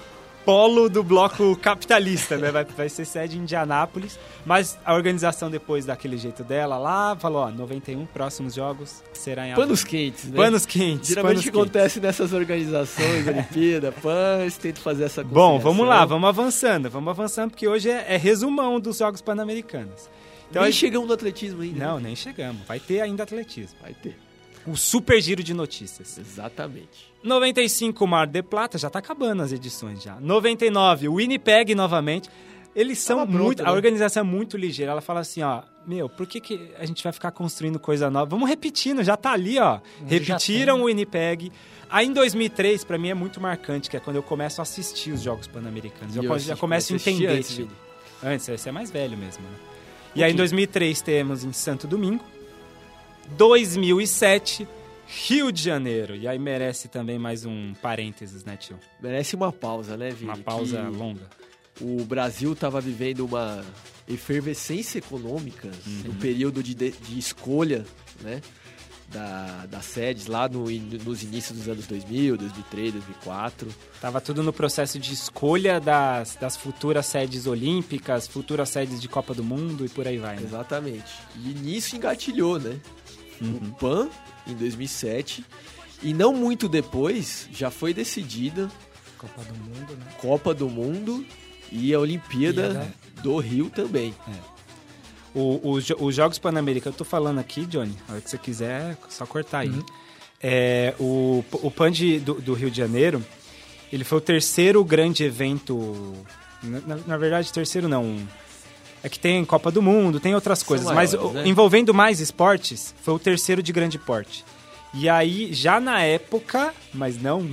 S1: polo do bloco capitalista, né? Vai, vai ser sede em Indianápolis, mas a organização depois daquele jeito dela lá, falou, ó, 91, próximos jogos será em Havana.
S2: Panos quentes, né?
S1: É Panos quentes,
S2: Geralmente o
S1: panos
S2: que
S1: quentes.
S2: acontece nessas organizações, Olimpíada, PAN, eles tentam fazer essa
S1: Bom, vamos lá,
S2: conciliação.
S1: vamos avançando, vamos avançando, porque hoje é, é resumão dos Jogos Pan-Americanos. Então,
S2: Nem
S1: a gente-
S2: chegamos no atletismo ainda.
S1: Não, nem chegamos. Vai ter ainda atletismo.
S2: Vai ter.
S1: O super giro de notícias.
S2: Exatamente.
S1: 95, Mar de Plata, já tá acabando as edições já. 99, Winnipeg novamente. Eles são
S2: Tava pronto,
S1: muito.
S2: né?
S1: A organização é muito ligeira. Ela fala assim, ó. Meu, por que, que a gente vai ficar construindo coisa nova? Vamos repetindo, já tá ali, ó.
S3: Onde já
S1: Repetiram
S3: tem,
S1: o Winnipeg. Aí em 2003, pra mim é muito marcante, que é quando eu começo a assistir os Jogos Pan-Americanos. Eu,
S2: E
S1: co-
S2: assisti-
S1: já começo a
S2: assisti
S1: entender.
S2: antes,
S1: tipo,
S2: Vini.
S1: Antes, esse é mais velho mesmo,
S2: Um
S1: né? E
S2: Ok.
S1: aí em 2003 temos em Santo Domingo. 2007, Rio de Janeiro. E aí merece também mais um parênteses, né, tio?
S2: Merece uma pausa, né, Vini?
S1: Uma pausa
S2: Que
S1: longa.
S2: O Brasil estava vivendo uma efervescência econômica
S1: Uhum.
S2: no período de, de- de escolha, né? Da, das sedes lá no in- nos inícios dos anos 2000, 2003, 2004.
S1: Tava tudo no processo de escolha das, das futuras sedes olímpicas, futuras sedes de Copa do Mundo e por aí vai, né?
S2: Exatamente. E nisso engatilhou, né?
S1: Uhum.
S2: O PAN em 2007. E não muito depois já foi decidida
S3: Copa do Mundo, né?
S2: Copa do Mundo e a Olimpíada É.
S3: Olimpíada.
S2: do Rio também.
S1: O- o jo- os Jogos Pan-Americanos, eu tô falando aqui, Johnny, a hora que você quiser, é só cortar
S2: Uhum.
S1: aí. É, o, o PAN de- do, do Rio de Janeiro, ele foi o terceiro grande evento Na, na verdade, terceiro não. É que tem Copa do Mundo, tem outras coisas, mas
S2: maiores,
S1: o-
S2: né?
S1: envolvendo mais esportes, foi o terceiro de grande porte. E aí, já na época, mas não,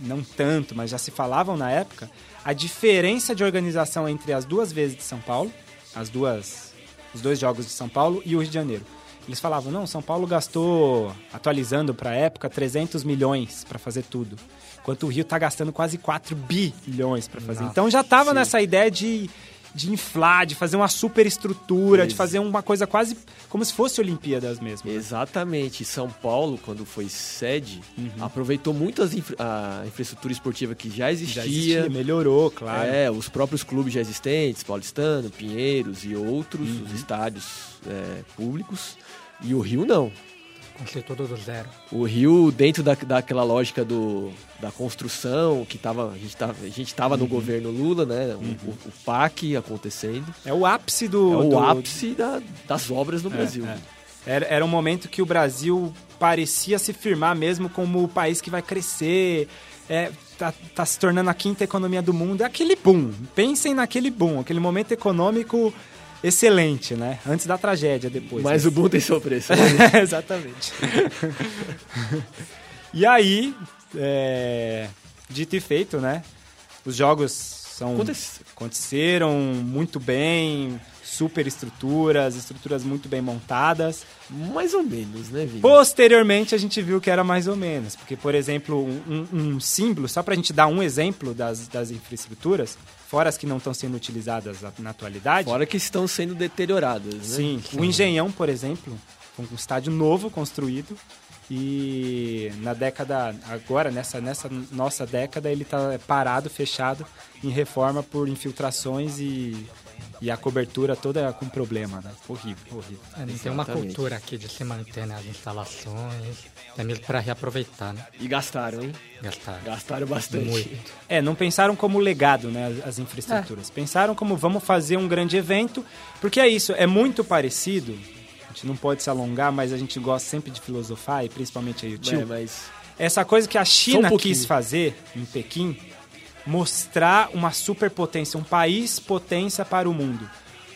S1: não tanto, mas já se falavam na época, a diferença de organização entre as duas vezes de São Paulo, as duas, os dois jogos de São Paulo e o Rio de Janeiro. Eles falavam, não, São Paulo gastou, atualizando para a época, 300 milhões para fazer tudo. Enquanto o Rio tá gastando quase 4 bilhões para fazer.
S3: Nossa,
S1: então já tava
S3: sim.
S1: nessa ideia de, de inflar, de fazer uma superestrutura, de
S2: Isso.
S1: fazer uma coisa quase como se fosse Olimpíadas mesmo.
S2: Exatamente. São Paulo, quando foi sede, aproveitou muito as infra- a infraestrutura esportiva que Uhum. já existia.
S1: Já existia, melhorou, claro.
S2: É, os próprios clubes já existentes, Paulistano, Pinheiros e outros, os estádios é, públicos. E o Rio não.
S3: Construiu tudo do zero.
S2: O Rio, dentro da, daquela lógica do, da construção, que tava, a gente estava a gente tava no governo Lula, né? O, o, o PAC acontecendo.
S1: É o ápice
S2: É
S1: do.
S2: o
S1: do-
S2: ápice da- das obras no Brasil.
S1: é. Era, era um momento que o Brasil parecia se firmar mesmo como o país que vai crescer, é, tá, tá se tornando a quinta economia do mundo. É aquele boom. Pensem naquele boom, aquele momento econômico excelente, né? Antes da tragédia, depois.
S2: Mas o
S1: né?
S2: bom tem seu preço.
S1: Exatamente. e aí, é, dito e feito, né? Os jogos são
S2: Acontece-
S1: aconteceram muito bem, super estruturas, estruturas muito bem montadas.
S2: Mais ou menos, né, Vini?
S1: Posteriormente, a gente viu que era mais ou menos. Porque, por exemplo, um, um- um símbolo, só pra gente dar um exemplo das, das infraestruturas, fora as que não estão sendo utilizadas a- na atualidade.
S2: Fora que estão sendo deterioradas, né?
S1: Sim, o Engenhão, por exemplo, um estádio novo construído e na década agora nessa nessa nossa década ele tá parado, fechado em reforma por infiltrações e e a cobertura toda com problema, né? Horrível, horrível.
S3: É, Tem uma
S2: Exatamente.
S3: cultura aqui de se manter né, as instalações, até mesmo para reaproveitar, né?
S2: E gastaram, hein?
S3: Gastar
S2: Gastaram bastante.
S3: muito.
S1: É, não pensaram como legado, né, as- as infraestruturas. Pensaram como vamos fazer um grande evento, porque é isso, é muito parecido. A gente não pode se alongar, mas a gente gosta sempre de filosofar e principalmente aí o tio.
S2: É, mas um
S1: Essa coisa que a China
S2: pouquinho.
S1: quis fazer em Pequim, mostrar uma superpotência, um país potência para o mundo.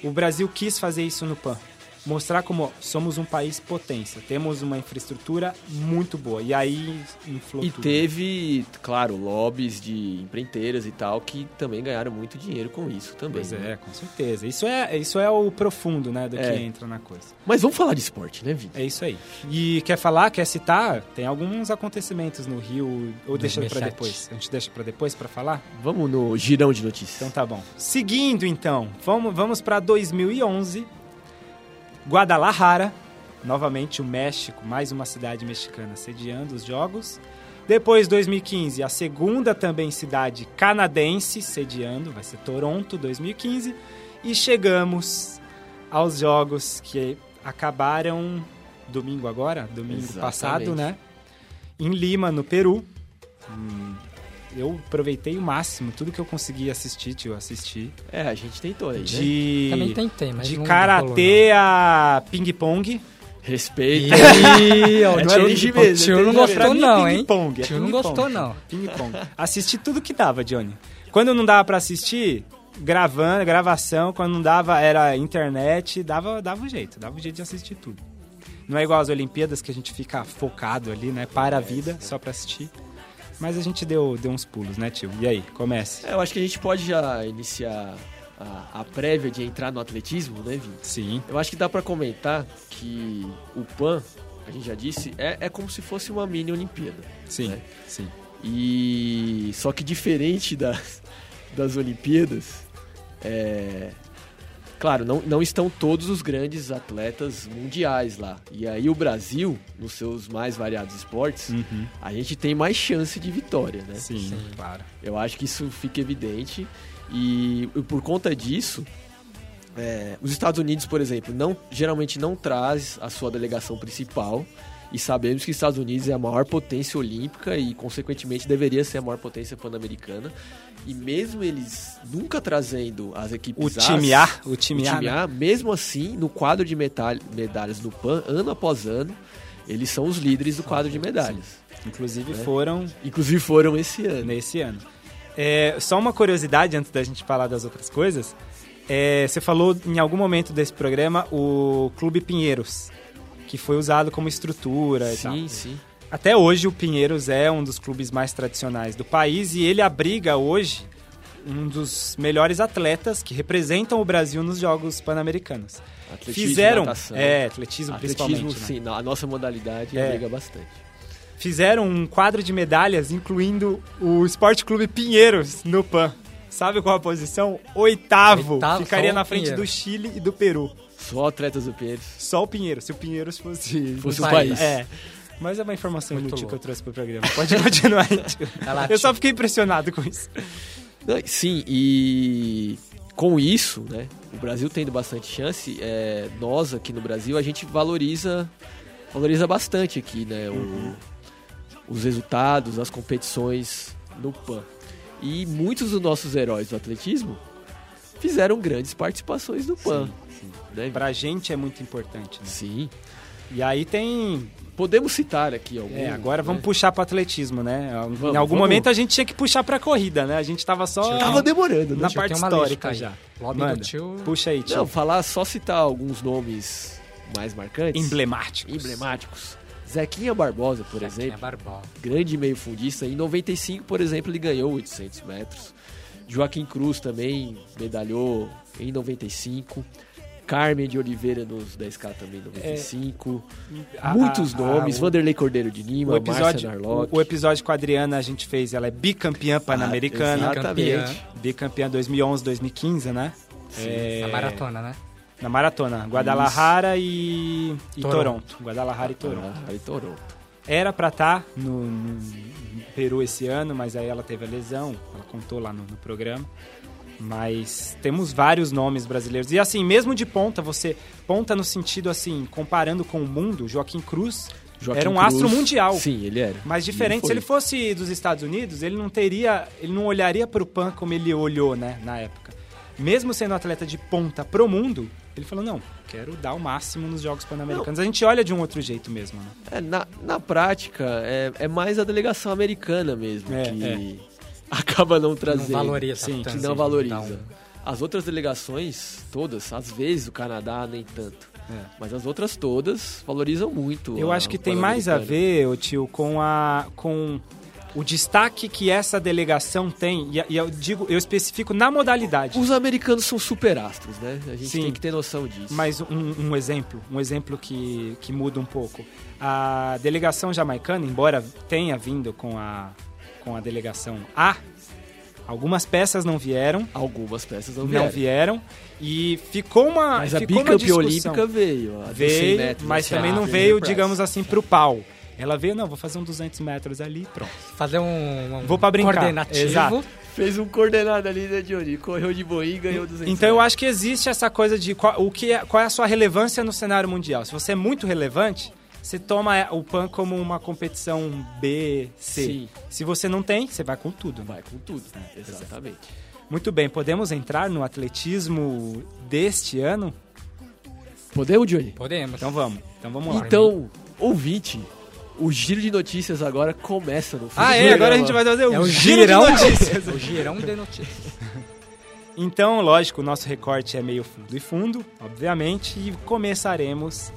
S1: O Brasil quis fazer isso no PAN. Mostrar como somos um país potência, temos uma infraestrutura muito boa. E aí inflou
S2: E
S1: tudo.
S2: teve, claro, lobbies de empreiteiras e tal que também ganharam muito dinheiro com isso também.
S1: Pois
S2: né?
S1: é, com certeza. Isso é, isso é o profundo, né, do
S2: É.
S1: que entra na coisa.
S2: Mas vamos falar de esporte, né, Vini?
S1: É isso aí. E quer falar, quer citar? Tem alguns acontecimentos no Rio, ou deixa pra
S3: 2007.
S1: depois. A gente deixa pra depois pra falar?
S2: Vamos no girão de notícias.
S1: Então tá bom. Seguindo então, vamos, vamos para 2011. Guadalajara, novamente o México, mais uma cidade mexicana sediando os jogos. Depois 2015, a segunda também cidade canadense sediando, vai ser Toronto 2015. E chegamos aos jogos que acabaram domingo agora, domingo
S2: Exatamente.
S1: passado, né? Em Lima, no Peru. Hum, eu aproveitei o máximo, tudo que eu consegui assistir, tio, eu assisti.
S2: É, a gente tentou aí, né?
S1: De.
S3: Também tentei, mas
S1: de
S3: não
S1: karatê a ping-pong.
S2: né? Respeito.
S3: Ih, ó,
S2: É
S3: o
S2: challenge
S3: tio, o
S2: mesmo,
S3: tio não
S2: entendeu?
S1: né? Pra
S3: gostou
S1: mim,
S3: não, hein?
S1: ping-pong, é
S3: tio não
S1: ping-pong.
S3: gostou não.
S1: Ping-pong. Assisti tudo que dava, Johnny. Quando não dava pra assistir, gravando, gravação. Quando não dava, era internet. Dava, dava um jeito, dava um jeito de assistir tudo. Não é igual às Olimpíadas que a gente fica focado ali, né? Para a
S3: É,
S1: vida, só pra assistir. Mas a gente deu, deu uns pulos, né, tio? E aí, comece.
S2: É, eu acho que a gente pode já iniciar a, a prévia de entrar no atletismo, né, Vini?
S1: Sim.
S2: Eu acho que dá pra comentar que o PAN, a gente já disse, é, é como se fosse uma mini Olimpíada.
S1: Sim,
S2: É.
S1: sim.
S2: E só que diferente das, das Olimpíadas, é, claro, não, não estão todos os grandes atletas mundiais lá. E aí o Brasil, nos seus mais variados esportes,
S1: Uhum.
S2: a gente tem mais chance de vitória,
S3: É,
S2: né?
S1: Sim, claro.
S2: Eu acho que isso fica evidente. E, e por conta disso, é, os Estados Unidos, por exemplo, não, geralmente não traz a sua delegação principal. E sabemos que os Estados Unidos é a maior potência olímpica e, consequentemente, deveria ser a maior potência pan-americana. E mesmo eles nunca trazendo as equipes
S1: O
S2: as,
S1: time A, o
S2: o
S1: time,
S2: time
S1: A, né?
S2: A, mesmo assim, no quadro de metal- medalhas no PAN, ano após ano, eles são os líderes do quadro de medalhas.
S3: É.
S1: inclusive foram
S2: Inclusive foram esse ano.
S1: nesse ano. É, só uma curiosidade antes da gente falar das outras coisas. É, você falou em algum momento desse programa o Clube Pinheiros, que foi usado como estrutura e tal.
S2: Sim, sim.
S1: Até hoje o Pinheiros é um dos clubes mais tradicionais do país e ele abriga hoje um dos melhores atletas que representam o Brasil nos Jogos Pan-Americanos.
S2: Atletismo,
S1: Fizeram,
S2: natação.
S1: é, atletismo,
S2: Atletismo,
S1: principalmente, né?
S2: sim. A nossa modalidade
S1: É.
S2: abriga bastante.
S1: fizeram um quadro de medalhas incluindo o Esporte Clube Pinheiros no Pan. Sabe qual a posição? Oitavo.
S3: Oitavo,
S1: Ficaria
S3: só o
S1: na frente
S3: Pinheiro.
S1: do Chile e do Peru.
S2: Só atletas do Pinheiros.
S1: Só o Pinheiros, se o Pinheiros fosse...
S2: Fosse
S3: um
S2: um
S3: país.
S2: país.
S1: É. Mas é uma informação
S3: Muito
S1: inútil
S3: louco.
S1: que eu trouxe pro programa. Pode continuar, Ítilo.
S3: Vai lá,
S1: Eu só fiquei impressionado com isso.
S2: Não, Sim, e com isso, né, o Brasil tendo bastante chance, é, nós aqui no Brasil, a gente valoriza, valoriza bastante aqui, né, o-
S1: Uhum.
S2: os resultados, as competições no PAN. E muitos dos nossos heróis do atletismo fizeram grandes participações no PAN. né?
S1: Pra gente é muito importante, né?
S2: Sim.
S1: E aí tem...
S2: Podemos citar aqui alguns.
S1: É, agora
S2: né?
S1: vamos puxar pro atletismo, né? em
S2: Vamos,
S1: algum
S2: vamos.
S1: momento a gente tinha que puxar pra corrida, né? A gente tava só
S2: Tava demorando, né?
S1: na
S3: Tio,
S1: parte
S3: tem uma lista
S1: histórica
S3: aí.
S1: já.
S3: Lobby
S1: Manda.
S3: do tio.
S1: Puxa aí,
S2: Não,
S1: tio.
S2: falar, só citar alguns nomes mais marcantes.
S1: Emblemáticos.
S2: Emblemáticos. Zequinha Barbosa, por
S3: Zequinha
S2: exemplo,
S3: Barbosa.
S2: grande meio fundista. Em 95, por exemplo, ele ganhou 800 metros. Joaquim Cruz também medalhou em 95. Carmen de Oliveira nos 10K também em 95.
S1: É, A-
S2: Muitos
S1: a- a-
S2: nomes.
S1: o-
S2: Vanderlei Cordeiro de
S1: O
S2: Lima, Márcia
S1: episódio,
S2: Narlock. Ah,
S1: o, o episódio com a Adriana a gente fez, ela é bicampeã pan-americana.
S3: exato.
S2: Exatamente.
S1: Bicampeã 2011, 2015, né? É,
S3: Na maratona, né?
S1: Na maratona. Guadalajara e, e
S3: Toronto.
S1: Toronto. Guadalajara e Toronto.
S2: Ah, em Toronto.
S1: Era pra estar no, no- no Peru esse ano, mas aí ela teve a lesão. Ela contou lá no, no programa. Mas temos vários nomes brasileiros. E assim, mesmo de ponta, você. Ponta no sentido assim, comparando com o mundo, Joaquim Cruz
S2: Joaquim
S1: era um
S2: Cruz.
S1: astro mundial.
S2: Sim, ele era.
S1: Mas diferente,
S2: foi.
S1: se ele fosse dos Estados Unidos, ele não teria, ele não olharia para o Pan como ele olhou, né, na época. Mesmo sendo um atleta de ponta pro mundo, ele falou: "Não, quero dar o máximo nos Jogos Pan-Americanos". A gente olha de um outro jeito mesmo, né?
S2: É, na, na prática, é, é mais a delegação americana mesmo
S1: É,
S2: que acaba não
S3: Não
S2: trazendo.
S3: valoriza.
S1: Sim, que
S2: Que
S3: tanto,
S2: não
S3: dá
S2: valoriza.
S3: um-
S2: As outras delegações, todas, às vezes o Canadá nem tanto.
S1: É.
S2: Mas as outras todas valorizam muito.
S1: Eu
S2: a-
S1: acho que
S2: o
S1: tem mais a
S2: Pan-Americano.
S1: ver, ô tio, com a com o destaque que essa delegação tem, e, e eu digo, eu especifico na modalidade.
S2: Os americanos são super astros, né? A gente
S1: Sim.
S2: tem que ter noção disso.
S1: Mas um, um exemplo, um exemplo que, que muda um pouco. A delegação jamaicana, embora tenha vindo com a, com a delegação A, algumas peças não vieram,
S2: Algumas peças não
S1: não
S2: vieram.
S1: vieram, e ficou uma
S2: Mas a
S1: ficou uma
S2: bicampeã
S1: discussão.
S2: olímpica veio. a dos 100
S1: veio,
S2: metros,
S1: mas
S2: assim,
S1: também
S2: a
S3: Ah,
S1: não
S2: Fraser
S1: veio,
S2: Price.
S1: digamos assim, pro pau. Ela veio, não, vou fazer um 200 metros ali, pronto.
S3: Fazer um, um
S1: Vou pra brincar.
S3: coordenativo.
S1: Exato.
S2: Fez um coordenado ali, né, Johnny? Correu de boinha e ganhou 200
S1: Então eu
S2: metros.
S1: acho que existe essa coisa de qual, o que é, qual é a sua relevância no cenário mundial. Se você é muito relevante, você toma é, o PAN como uma competição B, C.
S2: Sim.
S1: Se você não tem, você vai com tudo. né?
S2: Vai com tudo. Exatamente.
S1: Muito bem, podemos entrar no atletismo deste ano?
S2: Podemos, Johnny?
S3: Podemos.
S1: Então vamos. Então vamos lá.
S2: Então, ouvinte, o giro de notícias agora começa no fim do
S1: ah, é,
S2: programa.
S1: agora a gente vai fazer
S3: é
S1: um
S3: o
S1: giro de
S3: girão,
S1: notícias.
S3: o girão de notícias.
S1: Então, lógico, o nosso recorte é meio fundo e fundo, obviamente, e começaremos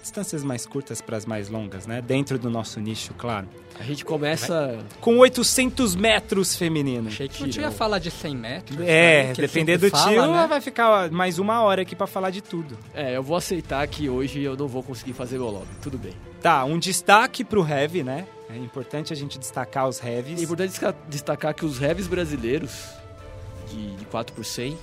S1: distâncias mais curtas para as mais longas, né? Dentro do nosso nicho, claro.
S2: A gente começa.
S1: com 800 metros feminino.
S3: Achei que eu ia falar de 100 metros.
S1: É,
S3: né, que ele
S1: depender
S3: sempre
S1: do
S3: fala,
S1: tio,
S3: né?
S1: vai ficar mais uma hora aqui pra falar de tudo.
S2: É, eu vou aceitar que hoje eu não vou conseguir fazer meu lobby. Tudo bem.
S1: Tá, um destaque pro heavy, né? É importante a gente destacar os
S2: É
S1: heavies,
S2: importante desca- destacar que os revs brasileiros, de, de 4 por 100,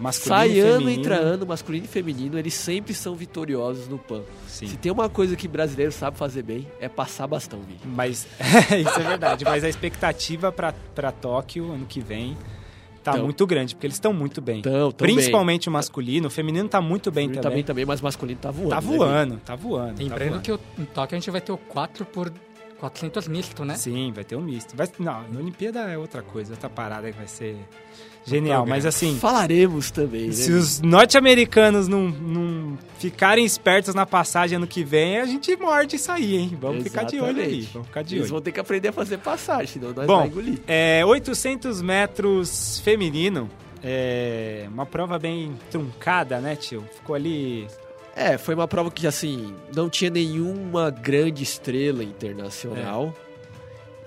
S1: masculino
S2: sai
S1: e
S2: ano,
S1: feminino.
S2: entra ano, masculino e feminino, eles sempre são vitoriosos no PAN. Se
S1: Sim.
S2: tem uma coisa que brasileiro sabe fazer bem, é passar bastão, Vini.
S1: Mas isso é verdade, mas a expectativa pra, pra Tóquio ano que vem tá
S2: Então-
S1: muito grande, porque eles estão muito bem.
S2: Então, tão
S1: Principalmente o masculino, o feminino tá muito bem
S2: bem.
S1: também.
S2: Também, também, mas masculino tá voando.
S1: Tá
S2: né, Vini?
S1: voando, tá voando. tá
S3: Lembrando
S1: voando.
S3: que o- em Tóquio a gente vai ter o 4 por 400 misto, né?
S1: Sim, vai ter um misto. Vai, não, na Olimpíada é outra coisa, outra parada que vai ser genial. Mas assim,
S2: Falaremos também, né?
S1: se os norte-americanos não, não ficarem espertos na passagem ano que vem, a gente morde isso aí, hein? Vamos ficar de olho aí.
S2: Exatamente.
S1: Vamos ficar de
S2: Eles
S1: olho.
S2: vão ter que aprender a fazer passagem, senão nós
S1: Bom,
S2: vamos engolir.
S1: É, 800 metros feminino. É uma prova bem truncada, né, tio? Ficou ali.
S2: É, foi uma prova que, assim, não tinha nenhuma grande estrela internacional.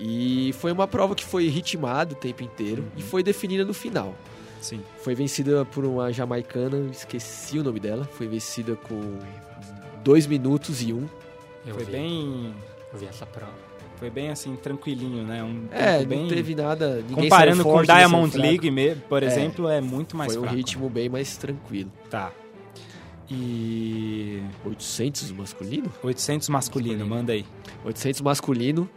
S1: É.
S2: E foi uma prova que foi ritmada o tempo inteiro e
S1: Uhum.
S2: foi definida no final.
S1: Sim.
S2: Foi vencida por uma jamaicana, eu esqueci o nome dela. Foi vencida com 2 minutos e 1. Um.
S3: Eu
S1: Foi
S3: vi,
S1: bem.
S3: eu vi essa prova.
S1: Foi bem assim, tranquilinho, né? Um
S2: É,
S1: tempo
S2: não
S1: bem.
S2: teve nada. Ninguém
S1: Comparando
S2: saiu
S1: com o
S2: forte, ninguém saiu
S1: Diamond
S2: fraco.
S1: League, me- por
S2: É.
S1: exemplo, é muito mais
S2: Foi um
S1: fraco.
S2: ritmo bem mais tranquilo.
S1: Tá. E
S2: 800 masculino?
S1: 800 masculino,
S3: Masculino.
S1: manda aí.
S2: 800 masculino.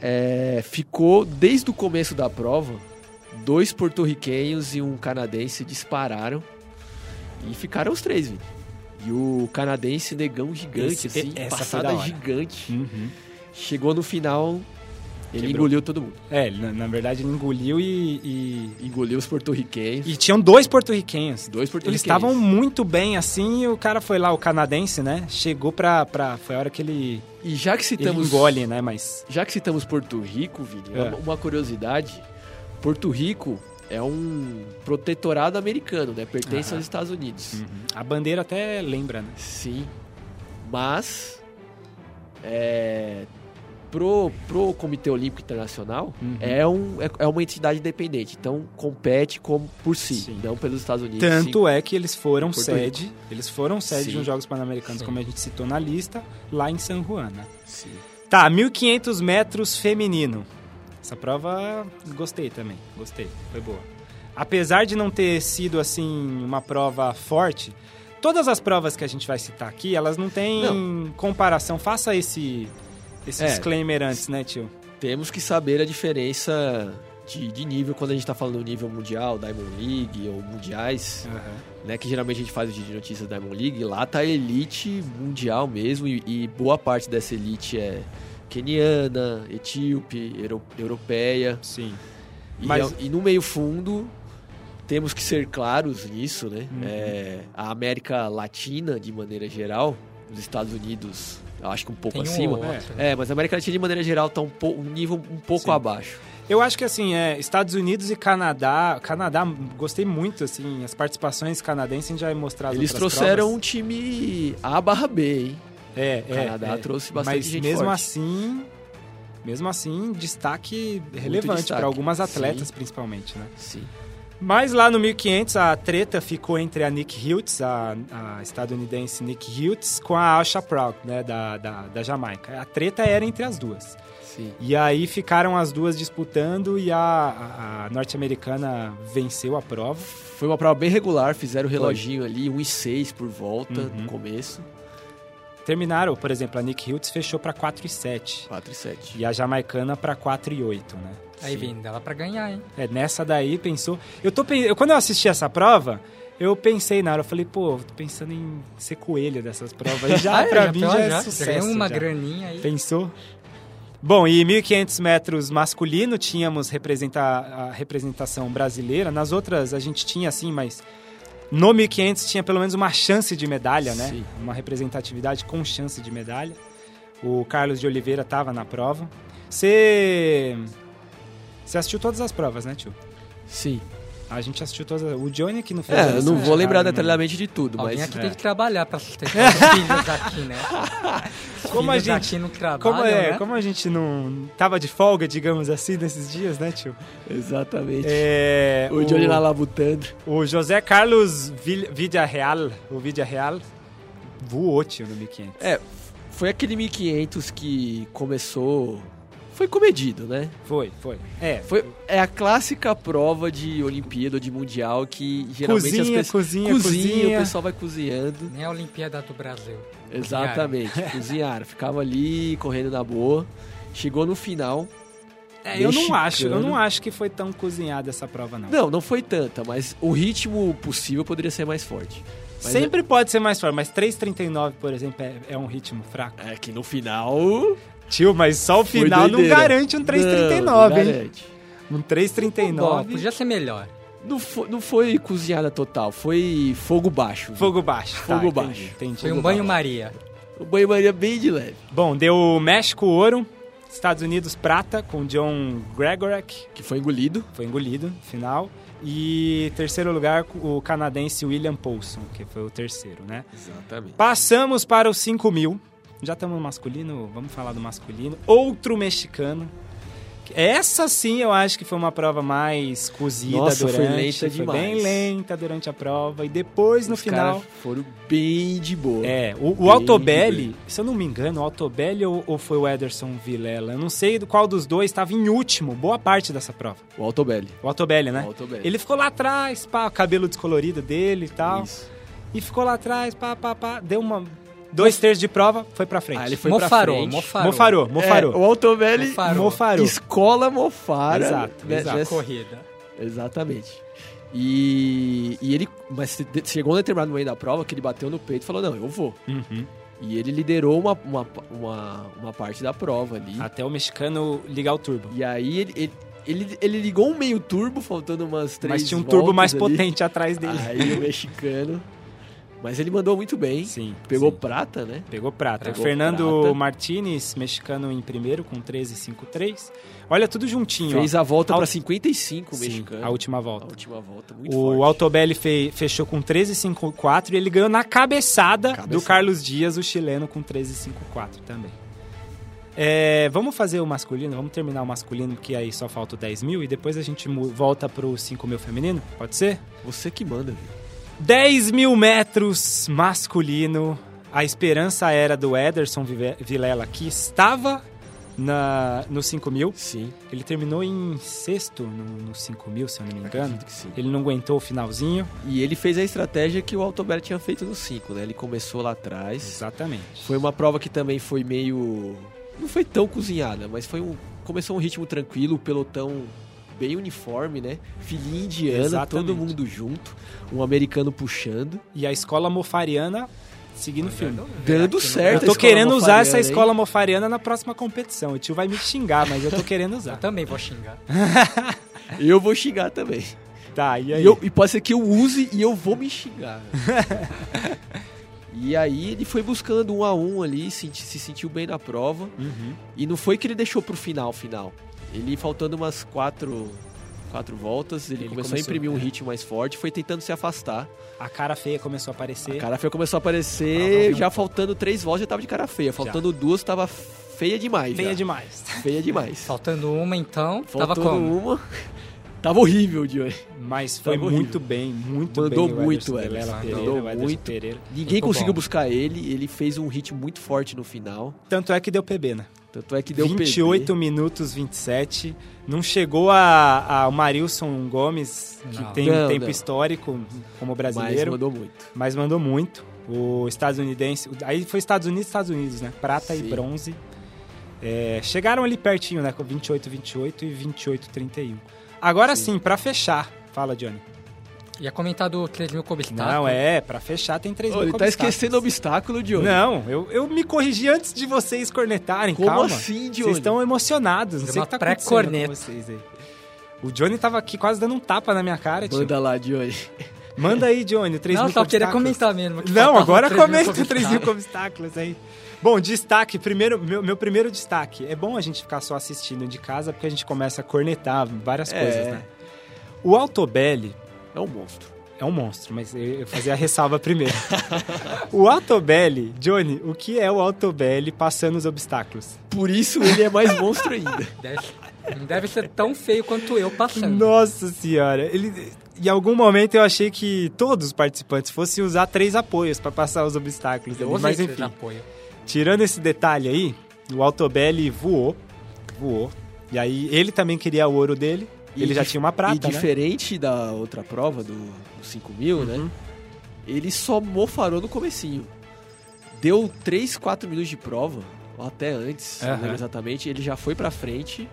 S2: É, ficou desde o começo da prova, dois porto-riquenhos e um canadense dispararam e ficaram os três, Vini. E o canadense negão gigante,
S1: Esse-
S2: assim,
S1: e- essa foi da
S2: passada
S1: hora.
S2: gigante. Chegou no final, ele
S1: Quebrou.
S2: engoliu todo mundo.
S1: É, ele, na, na verdade ele engoliu e. e...
S2: Engoliu os porto-riquenhos.
S1: E tinham dois porto-riquenhos.
S2: Dois
S1: Eles
S2: porto-riquenhos.
S1: estavam muito bem assim e o cara foi lá, o canadense, né? Chegou pra. pra foi a hora que ele,
S2: E já que
S1: ele
S2: citamos
S1: engole, né? Mas.
S2: Já que citamos Porto Rico, Vini,
S1: É.
S2: uma- uma curiosidade: Porto Rico é um protetorado americano, né? Pertence
S1: Aham. Uhum.
S2: aos Estados Unidos.
S1: A bandeira até lembra, né?
S2: Sim. Mas, é, pro, pro Comitê Olímpico Internacional,
S1: Uhum.
S2: é, um, é, é uma entidade independente. Então, compete como por si,
S1: Sim.
S2: não pelos Estados Unidos.
S1: Tanto é que eles foram
S2: Porto
S1: sede, eles foram sede
S2: Sim.
S1: de uns Jogos Pan-Americanos,
S3: Sim.
S1: como a gente citou na lista, lá em San Juan, né?
S2: Sim.
S1: Tá, 1500 metros feminino. Essa prova gostei também, gostei, foi boa. Apesar de não ter sido assim uma prova forte, todas as provas que a gente vai citar aqui, elas não têm comparação. Faça esse esse
S2: É.
S1: disclaimer antes, né, tio?
S2: Temos que saber a diferença de, de nível quando a gente tá falando do nível mundial, Diamond League ou mundiais. né, que geralmente a gente faz o dia de notícias da Diamond League, lá tá a elite mundial mesmo, e, e boa parte dessa elite é queniana, etíope, euro- europeia.
S1: Sim.
S2: E
S1: Mas-
S2: ao- E, no meio fundo, temos que ser claros nisso, né?
S1: Uhum.
S2: É, a América Latina, de maneira geral, os Estados Unidos, eu acho que um pouco
S3: Tem um
S2: acima.
S3: ou
S1: é.
S3: outro.
S2: É, mas a América Latina, de maneira geral, tá um, po- um nível um pouco
S1: Sim.
S2: abaixo.
S1: Eu acho que assim, é, Estados Unidos e Canadá, Canadá, gostei muito assim, as participações canadenses a gente já vai mostrar as
S2: Eles
S1: outras
S2: trouxeram
S1: provas.
S2: um time A barra B, hein?
S1: É,
S2: O Canadá trouxe bastante
S1: Mas
S2: gente
S1: mesmo
S2: forte.
S1: assim, mesmo assim, destaque relevante
S2: destaque,
S1: para algumas atletas,
S2: sim.
S1: principalmente, né?
S2: Sim.
S1: Mas lá no 1500, a treta ficou entre a Nick Hiltz, a, a estadunidense Nick Hiltz, com a Asha Proud, né, da, da, da Jamaica. A treta era entre as duas.
S2: Sim.
S1: E aí ficaram as duas disputando e a, a- a norte-americana venceu a prova.
S2: Foi uma prova bem regular, fizeram o reloginho ali, 1,6 por volta
S1: Uhum.
S2: no começo.
S1: Terminaram, por exemplo, a Nick Hiltz fechou para 4 e 7
S2: 4,7.
S1: e a jamaicana para 4 e 8, né?
S3: Aí vindo dela pra ganhar, hein?
S1: É, nessa daí pensou. Eu tô pen- eu, quando eu assisti essa prova, eu pensei na hora, eu falei, pô, tô pensando em ser coelho dessas provas. E Já
S3: Ah, é,
S1: pra mim
S3: tá,
S1: já, é
S3: já
S1: sucesso.
S3: ganhou uma
S1: já.
S3: graninha aí.
S1: Pensou? Bom, e 1.500 metros masculino tínhamos representa a representação brasileira. Nas outras a gente tinha assim, mas no 1.500 tinha pelo menos uma chance de medalha, né?
S2: Sim.
S1: Uma representatividade com chance de medalha. O Carlos de Oliveira estava na prova. Você. Você assistiu todas as provas, né, tio?
S2: Sim.
S1: A gente assistiu todas. O Johnny que não fez. Ah,
S2: É, eu não
S1: bastante,
S2: vou lembrar
S1: cara, não.
S2: detalhadamente de tudo,
S3: Alguém
S2: mas
S3: aqui
S1: é.
S3: tem que trabalhar pra sustentar os filhos aqui, né? Os
S1: Como a
S3: filhos
S1: gente-
S3: aqui não trabalham,
S1: Como, é,
S3: né?
S1: como a gente não tava de folga, digamos assim, nesses dias, né, tio?
S2: Exatamente.
S1: É,
S2: o Johnny lá labutando.
S1: o José Carlos Vil- Villarreal, o Villarreal, voou, tio, no 1500.
S2: É, foi aquele 1500 que começou... Foi comedido, né?
S1: Foi, foi. É,
S2: Foi, é a clássica prova de Olimpíada, ou de Mundial, que geralmente
S1: cozinha,
S2: as pessoas...
S1: cozinha,
S2: o
S1: cozinha,
S2: pessoal vai cozinhando.
S3: Nem a Olimpíada do Brasil.
S2: Exatamente, cozinharam. Ficava ali, correndo na boa. Chegou no final,
S1: É, eu não
S2: mexicano.
S1: acho, eu não acho que foi tão cozinhada essa prova, não.
S2: Não, não foi tanta, mas o ritmo possível poderia ser mais forte. Mas
S1: Sempre pode ser mais forte, mas 3,39, por exemplo, é, é um ritmo é fraco.
S2: É, é que no final
S1: Tio, mas só o
S2: Foi
S1: final não
S2: doideira.
S1: garante um 3,39,
S2: Não, não
S1: hein?
S2: garante.
S1: Um
S3: Bom,
S1: 3,39,
S3: podia ser melhor.
S2: Não foi, não foi cozinhada total, foi fogo baixo.
S1: fogo baixo. Tá,
S2: Fogo
S1: entendi,
S2: baixo.
S1: entendi.
S3: Foi um banho-maria.
S2: O banho-maria bem de leve.
S1: Bom, deu México ouro, Estados Unidos prata com John Gregorek,
S2: Que foi engolido.
S1: foi engolido no final. E terceiro lugar, o canadense William Paulson, que foi o terceiro, né?
S2: Exatamente.
S1: Passamos para os 5 mil. Já estamos no masculino, vamos falar do masculino. Outro mexicano. Essa sim eu acho que foi uma prova mais cozida
S2: Nossa, foi
S1: durante.
S2: lenta demais.
S1: bem lenta durante a prova. E depois, no
S2: Os
S1: final.
S2: caras foram bem de boa.
S1: É, o, o
S2: Bem
S1: Altobelli, se eu não me engano, o Altobelli ou, ou foi o Ederson Vilela? Eu não sei do qual dos dois estava em último, boa parte dessa prova.
S2: O Altobelli.
S1: O Altobelli, né?
S2: O Altobelli.
S1: Ele ficou lá atrás, pá, cabelo descolorido dele e tal.
S2: Isso.
S1: E ficou lá atrás, pá, pá, pá. Deu uma. Dois terços de prova, foi pra frente.
S2: Ah, ele foi
S3: Mofarou,
S2: pra frente.
S3: mofarou.
S1: Mofarou,
S2: É,
S1: mofarou.
S2: o Altobelli
S3: Mofarou.
S1: Mofarou.
S2: escola Né, mofara.
S1: Exato, exato.
S2: nessa-
S3: Corrida.
S2: Exatamente. E, e ele, mas de- chegou um determinado momento da prova que ele bateu no peito e falou: Não, eu vou.
S1: Uhum.
S2: E ele liderou uma, uma, uma, uma parte da prova ali.
S1: Até o mexicano ligar o turbo.
S2: E aí ele, ele, ele, ele ligou um meio turbo, faltando umas três
S1: Mas tinha um
S2: voltas
S1: turbo mais
S2: ali. Ah,
S1: potente atrás dele.
S2: Aí o mexicano. Mas ele mandou muito bem.
S1: Sim.
S2: Pegou
S1: sim.
S2: prata, né?
S1: Pegou prata.
S2: Pegou
S1: Fernando
S2: prata.
S1: Martinez, mexicano em primeiro, com 13,53. Olha, tudo juntinho.
S2: Fez a volta
S1: Al-
S2: pra 55
S1: ó.
S2: o
S1: Sim,
S2: mexicano.
S1: a última
S2: A
S1: volta.
S2: última volta, muito
S1: O
S2: forte.
S1: Altobelli fe- fechou com 13,54 e ele ganhou na cabeçada,
S2: Cabeçada.
S1: do Carlos Dias, o chileno, com 13,54 também. É, vamos fazer o masculino, vamos terminar o masculino, que aí só falta o 10 mil e depois a gente mu- volta pro 5 mil feminino, pode ser?
S2: Você que manda, viu?
S1: 10 mil metros masculino. A esperança era do Ederson Vive- Vilela, que estava na, no 5 mil.
S2: Sim,
S1: Ele terminou em sexto no, no 5 mil, se eu não me engano.
S2: acredito que sim.
S1: Ele não aguentou o finalzinho.
S2: E ele fez a estratégia que o Altobelli tinha feito no 5, né? Ele começou lá atrás.
S1: Exatamente.
S2: Foi uma prova que também foi meio. Não foi tão cozinhada, mas foi um. Começou um ritmo tranquilo, o pelotão bem uniforme, né? Filhinha indiana,
S1: Exatamente.
S2: todo mundo junto, um americano puxando.
S1: E a escola mofariana seguindo o filme.
S2: Dando
S1: Eu
S2: certo. a
S1: tô
S2: Tá escola
S1: querendo usar
S2: mofariana,
S1: essa
S2: hein?
S1: escola mofariana na próxima competição. O tio vai me xingar, mas eu tô querendo usar.
S3: Eu
S2: Tá.
S3: também vou xingar.
S2: Eu vou xingar também.
S1: Tá, e
S2: E,
S1: aí?
S2: eu- e pode ser que eu use e eu vou me xingar. né? e aí ele foi buscando um a um ali, senti- se sentiu bem na prova.
S1: Uhum.
S2: E não foi que ele deixou pro final, final. Ele faltando umas quatro, quatro voltas, ele,
S1: Ele
S2: começou,
S1: começou,
S2: a imprimir um
S1: é.
S2: ritmo mais forte, foi tentando se afastar.
S1: A cara feia começou a
S2: A
S1: aparecer.
S2: cara feia começou a
S1: Ah,
S2: aparecer,
S1: não,
S2: já faltando três voltas já tava de cara feia. Faltando duas tava feia demais.
S1: Feia
S2: já.
S1: demais.
S2: Feia demais.
S3: Faltando uma, então,
S2: Faltando
S3: tava como?
S2: uma. Tava horrível o Diogo.
S1: Mas foi
S2: Tava
S1: muito bem, muito
S2: Tá Mandou
S1: bem.
S2: muito,
S1: o Ederson
S2: Ederson.
S1: Vilela
S2: Mandou
S1: Pereira, o Ederson
S2: muito.
S1: Pereira.
S2: Ninguém
S3: Muito
S2: conseguiu
S3: bom.
S2: buscar ele, ele fez um ritmo muito forte no final.
S1: Tanto é que deu PB, né?
S2: Tanto é que deu
S1: 28
S2: PB.
S1: minutos 27. Não chegou a, a o Marilson Gomes, que
S3: Não.
S1: tem um
S2: Não,
S1: tempo
S2: não.
S1: histórico como
S2: mas
S1: brasileiro, mas mandou,
S2: mandou muito.
S1: muito. O estadunidense. Aí foi Estados Unidos, Estados Unidos, né? Prata e
S2: Sim.
S1: bronze. É, chegaram ali pertinho, né? Com 28, 28 e 28, 31. Agora sim, pra fechar. Fala, Johnny.
S3: Ia comentar do 3 mil cobistas.
S1: Não, é, pra fechar tem 3
S2: Ô, ele tá esquecendo o obstáculo, Diogo.
S1: Não, eu, eu me corrigi antes de vocês cornetarem,
S2: Como
S1: calma.
S2: assim, Diogo?
S1: Vocês estão emocionados, não
S3: Deu
S1: sei o
S3: uma
S1: que tá acontecendo com
S3: pré-corneta.
S1: vocês aí. O Johnny tava aqui quase dando um tapa na minha cara, tio. Manda,
S2: Manda lá, Diogo.
S1: aí, Johnny, o 3
S3: Não,
S1: mil
S3: só queria
S1: obstáculos.
S3: comentar mesmo. que
S1: Não,
S3: faltava
S1: agora
S3: 3 mil
S1: comenta o 3 mil
S3: cobistas.
S1: obstáculos aí. Bom, destaque, primeiro, meu, meu primeiro destaque. É bom a gente ficar só assistindo de casa, porque a gente começa a cornetar várias
S2: É.
S1: coisas, né? O Altobelli
S2: É um monstro.
S1: é um monstro, mas eu, eu fazia a ressalva primeiro. o Altobelli, Johnny, o que é o Altobelli passando os obstáculos?
S2: Por isso ele é mais monstro ainda.
S3: Deve- Não deve ser tão feio quanto eu passando.
S1: Nossa senhora, ele em algum momento eu achei que todos os participantes fossem usar três apoios para passar os obstáculos,
S3: Eu
S1: ali,
S3: usei
S1: mas
S3: esse
S1: enfim.
S3: apoio.
S1: Tirando esse detalhe aí, o Altobelli voou, voou. E aí ele também queria o ouro dele.
S2: E
S1: ele já
S2: dif-
S1: tinha uma
S2: e
S1: prata, né?
S2: diferente da outra prova, do, do 5 mil,
S1: Uhum.
S2: né? Ele só mofarou no comecinho. Deu 3, 4 minutos de prova, ou até antes, não
S1: Aham.
S2: lembro exatamente. Ele já foi pra frente,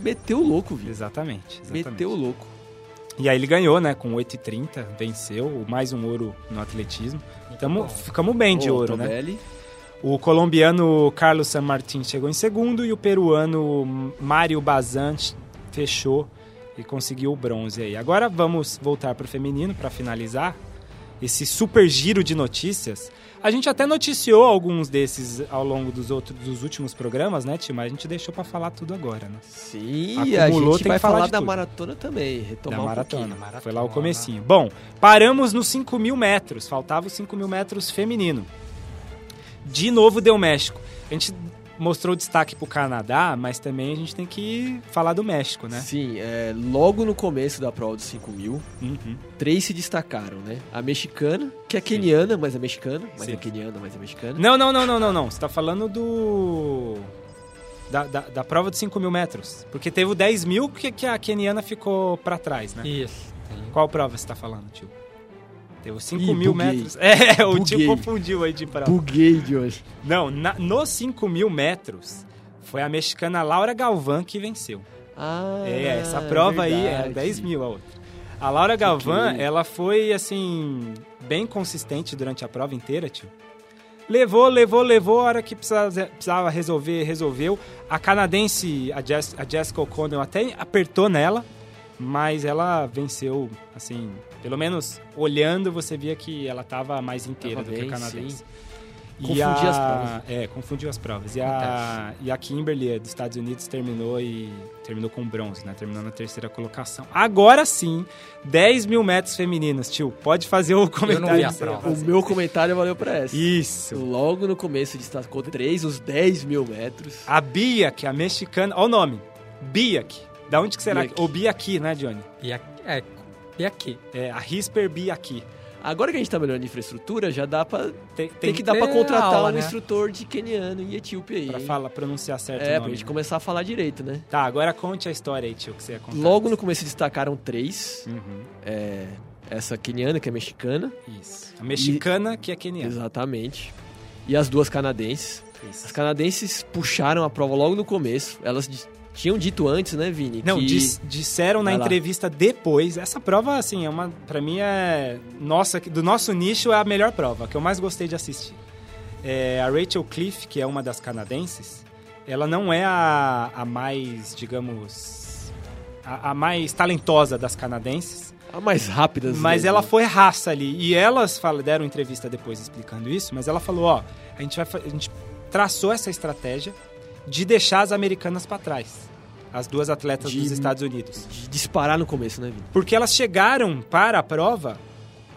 S2: meteu o louco, viu?
S1: Exatamente, exatamente.
S2: Meteu o louco.
S1: E aí ele ganhou, né, com 8,30, venceu, mais um ouro no atletismo.
S3: Muito
S1: Tamo,
S3: bom.
S1: ficamos bem de
S2: Ô,
S1: ouro, né?
S2: Altobelli,
S1: O colombiano Carlos San Martín chegou em segundo e o peruano Mário Bazan fechou e conseguiu o bronze aí. Agora vamos voltar para o feminino para finalizar esse super giro de notícias. A gente até noticiou alguns desses ao longo dos outros dos últimos programas, né, Tim? Mas a gente deixou para falar tudo agora, né?
S2: Sim,
S1: Acumulou,
S2: a gente
S1: tem
S2: vai
S1: que falar
S2: falar,
S1: de
S2: da
S1: tudo.
S2: maratona também, retomar
S1: da
S2: um
S1: maratona.
S2: pouquinho.
S3: maratona.
S1: Foi lá o comecinho. Bom, paramos nos 5 mil metros. Faltava os 5 mil metros feminino. De novo deu México. A gente mostrou destaque pro Canadá, mas também a gente tem que falar do México, né?
S2: Sim, é, logo no começo da prova dos 5 mil,
S1: Uhum.
S2: três se destacaram, né? A mexicana, que é keniana, mas é mexicana. Mas
S1: Sim.
S2: é keniana, mas é mexicana.
S1: Não, não, não, não, não, não. Você tá falando do... Da, da, da prova dos 5 mil metros. Porque teve o 10 mil que, que a keniana ficou pra trás, né?
S3: Isso. tem-
S1: Qual prova você tá falando, tio? Teve os 5
S2: Ih,
S1: mil
S2: buguei.
S1: metros. É, o tio
S2: Buguei.
S1: confundiu aí de prova.
S2: Buguei de hoje.
S1: Não, na, nos 5 mil metros foi a mexicana Laura Galvão que venceu.
S2: Ah,
S1: é, essa prova aí é
S2: verdade.
S1: 10 mil a outra. A Laura Galvão,
S2: Ok.
S1: ela foi, assim, bem consistente durante a prova inteira, tio. Levou, levou, levou, a hora que precisava, precisava resolver, resolveu. A canadense, a, Jess, a Jessica O'Connell, até apertou nela, mas ela venceu, assim, pelo menos olhando, você via que ela tava mais inteira
S2: Tava
S1: do que
S2: bem,
S1: a canadense. E
S2: Confundia
S1: a-
S2: as provas.
S1: É, confundiu as provas. E a, e a Kimberly, é, dos Estados Unidos, terminou e terminou com bronze, né? Terminou na terceira colocação. Agora sim, 10 mil metros femininos, tio. Pode fazer o comentário.
S3: não vi a
S1: que você ia
S3: prova.
S2: O
S1: fazer.
S2: meu comentário valeu pra essa.
S1: Isso.
S2: Logo no começo destacou três, os 10 mil metros.
S1: A Biak, a mexicana. Olha o nome. Biak. Da onde que será?
S2: Biak.
S1: que- Ou Biaki, né, Johnny?
S3: E, a- é, e aqui?
S1: É, a Risper Biaki.
S2: Agora que a gente tá melhorando de infraestrutura, já dá pra.
S1: Tem,
S2: Tem,
S1: tem,
S2: que
S1: que
S2: dar pra
S3: ter
S2: contratar
S3: aula,
S2: um
S3: né?
S2: instrutor de queniano e etíope aí.
S1: pra
S2: hein?
S1: fala, pronunciar certo
S2: é,
S1: o
S2: pra
S1: nome.
S2: gente
S1: né?
S2: começar a falar direito, né?
S1: Tá, agora conte a história aí, tio, que você ia contar.
S2: Logo no começo destacaram três.
S1: Uhum,
S2: É, essa queniana, que é mexicana.
S1: isso. A mexicana que é queniana.
S2: Exatamente. E as duas canadenses.
S1: Isso.
S2: As canadenses puxaram a prova logo no começo. Elas di- tinham dito antes, né, Vini?
S1: Não,
S2: que...
S1: dis- disseram na
S2: Vai lá.
S1: entrevista depois. Essa prova, assim, é uma. Pra mim é. Nossa, do nosso nicho é a melhor prova, que eu mais gostei de assistir. É, a Rachel Cliff, que é uma das canadenses, ela não é a, a mais, digamos. A, a mais talentosa das canadenses,
S2: A mais rápida. às
S1: mas
S2: vezes,
S1: ela
S2: né?
S1: foi raça ali. E elas fala- deram entrevista depois explicando isso, mas ela falou: ó, a gente, vai, fa- a gente traçou essa estratégia de deixar as americanas pra trás. As duas atletas
S2: De-
S1: dos Estados Unidos.
S2: De disparar no começo, né, Vini?
S1: Porque elas chegaram para a prova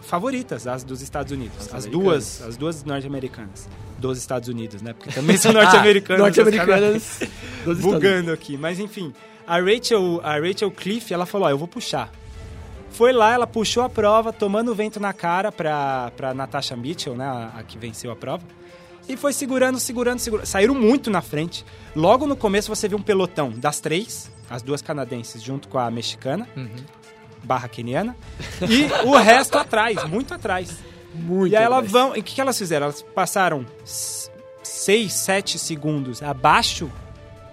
S1: favoritas, as dos Estados Unidos.
S2: As
S1: As
S2: americanas.
S1: duas, as duas norte-americanas. Dos Estados Unidos, né? Porque também são norte-americanas. as
S2: Ah, Norte-americanas.
S1: caras-
S2: dos Estados Unidos.
S1: Bugando aqui. Mas enfim, a Rachel, a Rachel Cliff, ela falou, ó, eu vou puxar. Foi lá, ela puxou a prova, tomando vento na cara pra, pra Natasha Mitchell, né? A, a que venceu a prova. E foi segurando, segurando, segurando. Saíram muito na frente. Logo no começo você viu um pelotão das três, as duas canadenses junto com a mexicana
S3: Uhum.
S1: barra queniana, e o resto atrás, muito atrás.
S2: Muito.
S1: e aí elas
S2: atrás.
S1: vão. E o que, que elas fizeram? Elas passaram 6, 7 segundos abaixo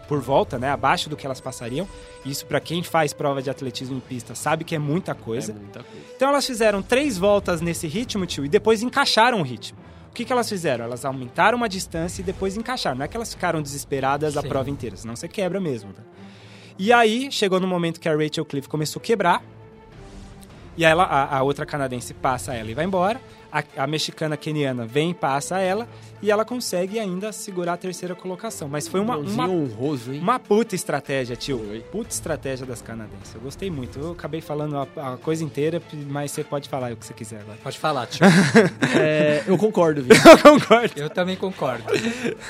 S1: por volta, né? Abaixo do que elas passariam. Isso pra quem faz prova de atletismo em pista sabe que é muita coisa.
S2: É muita coisa.
S1: Então elas fizeram três voltas nesse ritmo, tio, e depois encaixaram o ritmo. O que, que elas fizeram? Elas aumentaram uma distância e depois encaixaram. Não é que elas ficaram desesperadas a
S3: Sim.
S1: prova inteira, senão você quebra mesmo. né? E aí, chegou no momento que a Rachel Cliff começou a quebrar. E aí ela, a, a outra canadense passa ela e vai embora. A, a mexicana keniana vem e passa ela. E ela consegue ainda segurar a terceira colocação. Mas foi uma,
S2: Mãozinho
S1: uma
S2: honroso, hein?
S1: uma puta estratégia, tio.
S2: Foi.
S1: Puta estratégia das canadenses. Eu gostei muito. Eu acabei falando a, a coisa inteira, mas você pode falar o que você quiser agora.
S3: Pode falar, tio.
S2: É, eu concordo, Vini.
S1: Eu concordo.
S3: Eu também concordo.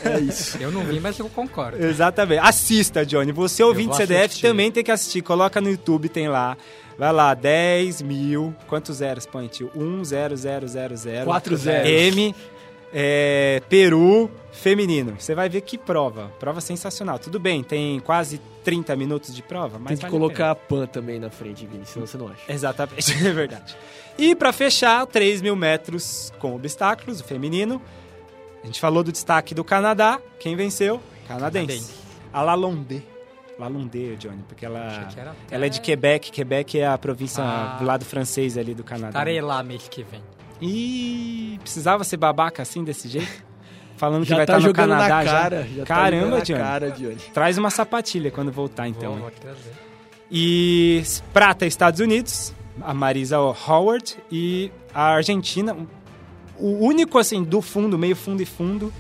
S2: É isso.
S3: Eu não vi, mas eu concordo.
S1: Exatamente. Assista, Johnny. Você ouvinte
S3: vou
S1: CDF
S3: assistir.
S1: também tem que assistir. Coloca no YouTube, tem lá. Vai lá, 10 mil. Quantos zeros põe, tio? 1, 0, 0, 0, 0.
S2: Quatro zeros.
S1: M. é, Peru feminino. Você vai ver que prova. Prova sensacional. Tudo bem, tem quase 30 minutos de prova, mas.
S2: Tem que
S1: vale a pena.
S2: colocar a PAN também na frente, Vini, senão você não acha.
S1: Exatamente, é verdade. E pra fechar, 3 mil metros com obstáculos, o feminino. A gente falou do destaque do Canadá. Quem venceu? Canadense.
S3: Canadense.
S1: A Lalonde. Lalonde, Johnny, porque ela,
S3: Achei que era-
S1: ela é de Quebec. Quebec é a província
S3: Ah.
S1: do lado francês ali
S2: Tá,
S1: do Canadá.
S3: Estarei lá mês que vem.
S1: E precisava ser babaca assim, desse jeito? Falando que
S2: Já
S1: vai
S2: tá
S1: estar no
S2: jogando na
S1: Canadá
S2: cara.
S1: já.
S2: já tá
S1: Caramba,
S2: jogando na
S1: Johnny.
S2: cara, Johnny.
S1: Traz uma sapatilha quando voltar, então.
S3: Então,
S1: hein?
S3: vou trazer.
S1: E s- prata, Estados Unidos, a Marisa Howard e a Argentina. O único, assim, do fundo, meio fundo e fundo,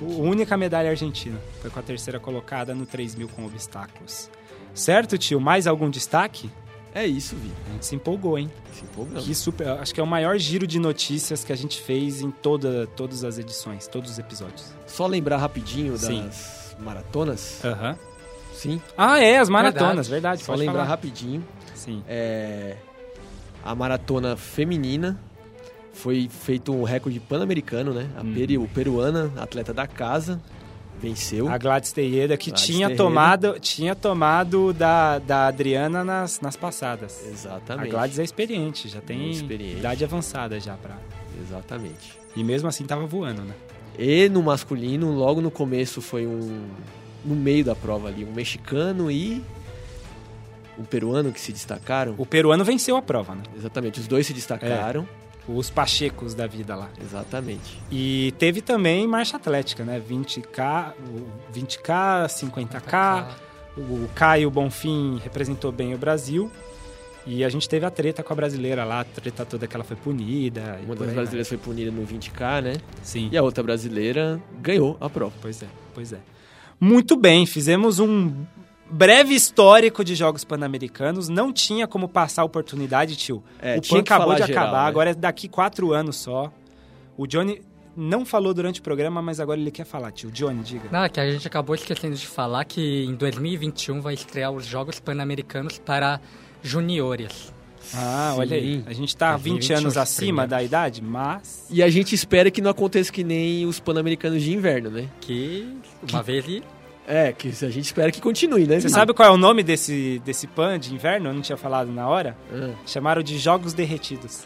S1: a única medalha argentina. Foi com a terceira colocada no 3 mil com obstáculos. Certo, tio? Mais algum destaque?
S2: É isso, Vini.
S1: A gente se empolgou, hein?
S2: Se empolgamos.
S1: Que super, acho que é o maior giro de notícias que a gente fez em toda, todas as edições, todos os episódios.
S2: Só lembrar rapidinho das
S1: Sim.
S2: maratonas.
S1: Aham.
S2: Sim.
S1: Ah, é, as maratonas, verdade.
S2: Só
S1: pode
S2: lembrar
S1: falar.
S2: rapidinho.
S1: Sim.
S2: É, a maratona feminina foi feito um recorde pan-americano, né? A
S1: Hum.
S2: peri- o peruana, atleta da casa, venceu.
S1: A Gladys Teixeira que
S2: Gladys
S1: tinha
S2: Teixeira.
S1: tomado, tinha tomado da, da Adriana nas, nas passadas.
S2: Exatamente.
S1: A Gladys é experiente, já tem
S2: Muito experiente.
S1: idade avançada já para.
S2: Exatamente.
S1: E mesmo assim tava voando, né?
S2: E no masculino, logo no começo foi um no meio da prova ali, um mexicano e um peruano que se destacaram.
S1: O peruano venceu a prova, né?
S2: Exatamente, os dois se destacaram.
S1: Os pachecos da vida lá.
S2: Exatamente.
S1: E teve também marcha atlética, né? 20k, o 20k, 50k. O Caio Bonfim representou bem o Brasil. E a gente teve a treta com a brasileira lá, a treta toda que ela foi punida. e
S2: Uma
S1: por
S2: das
S1: aí vai.
S2: brasileiras foi punida no 20K, né?
S1: Sim.
S2: E a outra brasileira ganhou a prova.
S1: Pois é, pois é. Muito bem, fizemos um breve histórico de Jogos Pan-Americanos. Não tinha como passar a oportunidade, tio.
S2: É,
S1: o PAN
S2: tinha que
S1: acabou de
S2: falar
S1: acabar,
S2: geral, né?
S1: agora é daqui quatro anos só. O Johnny não falou durante o programa, mas agora ele quer falar, tio. Johnny, diga.
S3: Não, é que a gente acabou esquecendo de falar que em 2021 vai estrear os Jogos Pan-Americanos para juniores.
S1: Ah, olha aí.
S2: Sim.
S1: A gente tá 20
S3: 21
S1: anos
S3: os
S1: acima
S3: primeiros.
S1: da idade, mas...
S2: E a gente espera que não aconteça que nem os Pan-Americanos de inverno, né?
S3: Que uma vez e
S2: É, que a gente espera que continue, né?
S1: Você sabe qual é o nome desse, desse PAN de inverno? Eu não tinha falado na hora.
S2: Ah,
S1: Chamaram de Jogos Derretidos.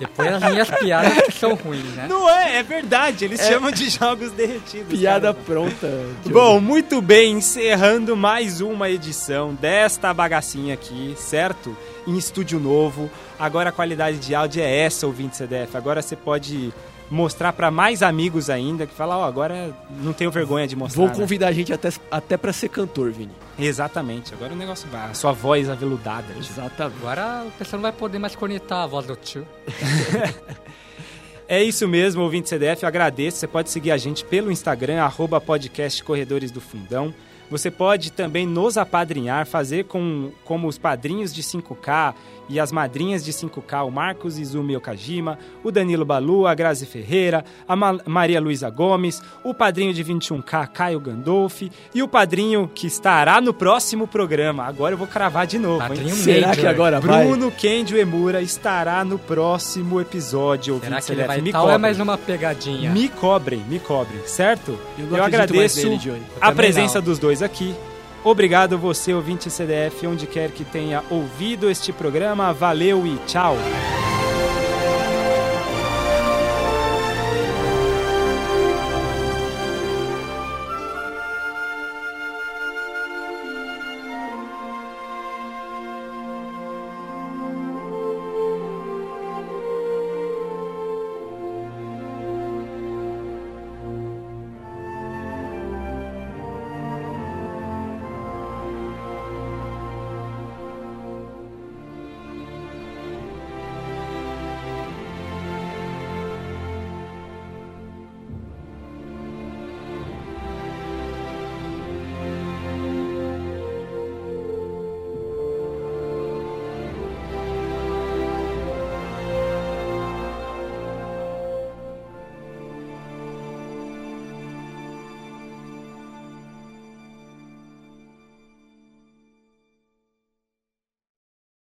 S3: depois as minhas piadas que são ruins, né?
S1: Não é, é verdade. Eles chamam de Jogos Derretidos.
S2: piada
S1: caramba.
S2: pronta. Diogo.
S1: Bom, muito bem, encerrando mais uma edição desta bagacinha aqui, certo? Em estúdio novo. Agora a qualidade de áudio é essa, ouvinte CDF. Agora você pode mostrar para mais amigos ainda, que fala, ó, agora não tenho vergonha de mostrar.
S2: vou
S1: né?
S2: convidar a gente até, até pra ser cantor, Vini.
S1: Exatamente, agora o negócio vai. A sua voz aveludada. tipo.
S2: Exatamente.
S3: Agora o pessoal não vai poder mais conectar a voz do tio.
S1: É isso mesmo, ouvinte CDF, eu agradeço. Você pode seguir a gente pelo Instagram, arroba podcast Corredores do Fundão. Você pode também nos apadrinhar, fazer com, como os padrinhos de 5K e as madrinhas de 5K, o Marcos Izumi Okajima, o Danilo Balu, a Grazi Ferreira, a Ma- Maria Luísa Gomes, o padrinho de 21K, Caio Gandolfi, e o padrinho que estará no próximo programa. Agora eu vou cravar de novo, hein?
S3: Padrinho
S2: Será
S3: Major.
S2: que agora vai?
S1: Bruno Kendio Emura estará no próximo episódio. ouvinte
S3: Será que ele
S1: CDF.
S3: vai
S1: me
S3: estar ou é
S1: cobrem.
S3: mais uma pegadinha?
S1: Me cobrem, me cobrem, certo?
S2: Eu
S1: Eu,
S2: não acredito mais
S1: agradeço
S2: nele, Johnny.
S1: a
S3: também
S1: presença
S3: não.
S1: dos dois aqui. Obrigado você, ouvinte CDF, onde quer que tenha ouvido este programa. Valeu e tchau!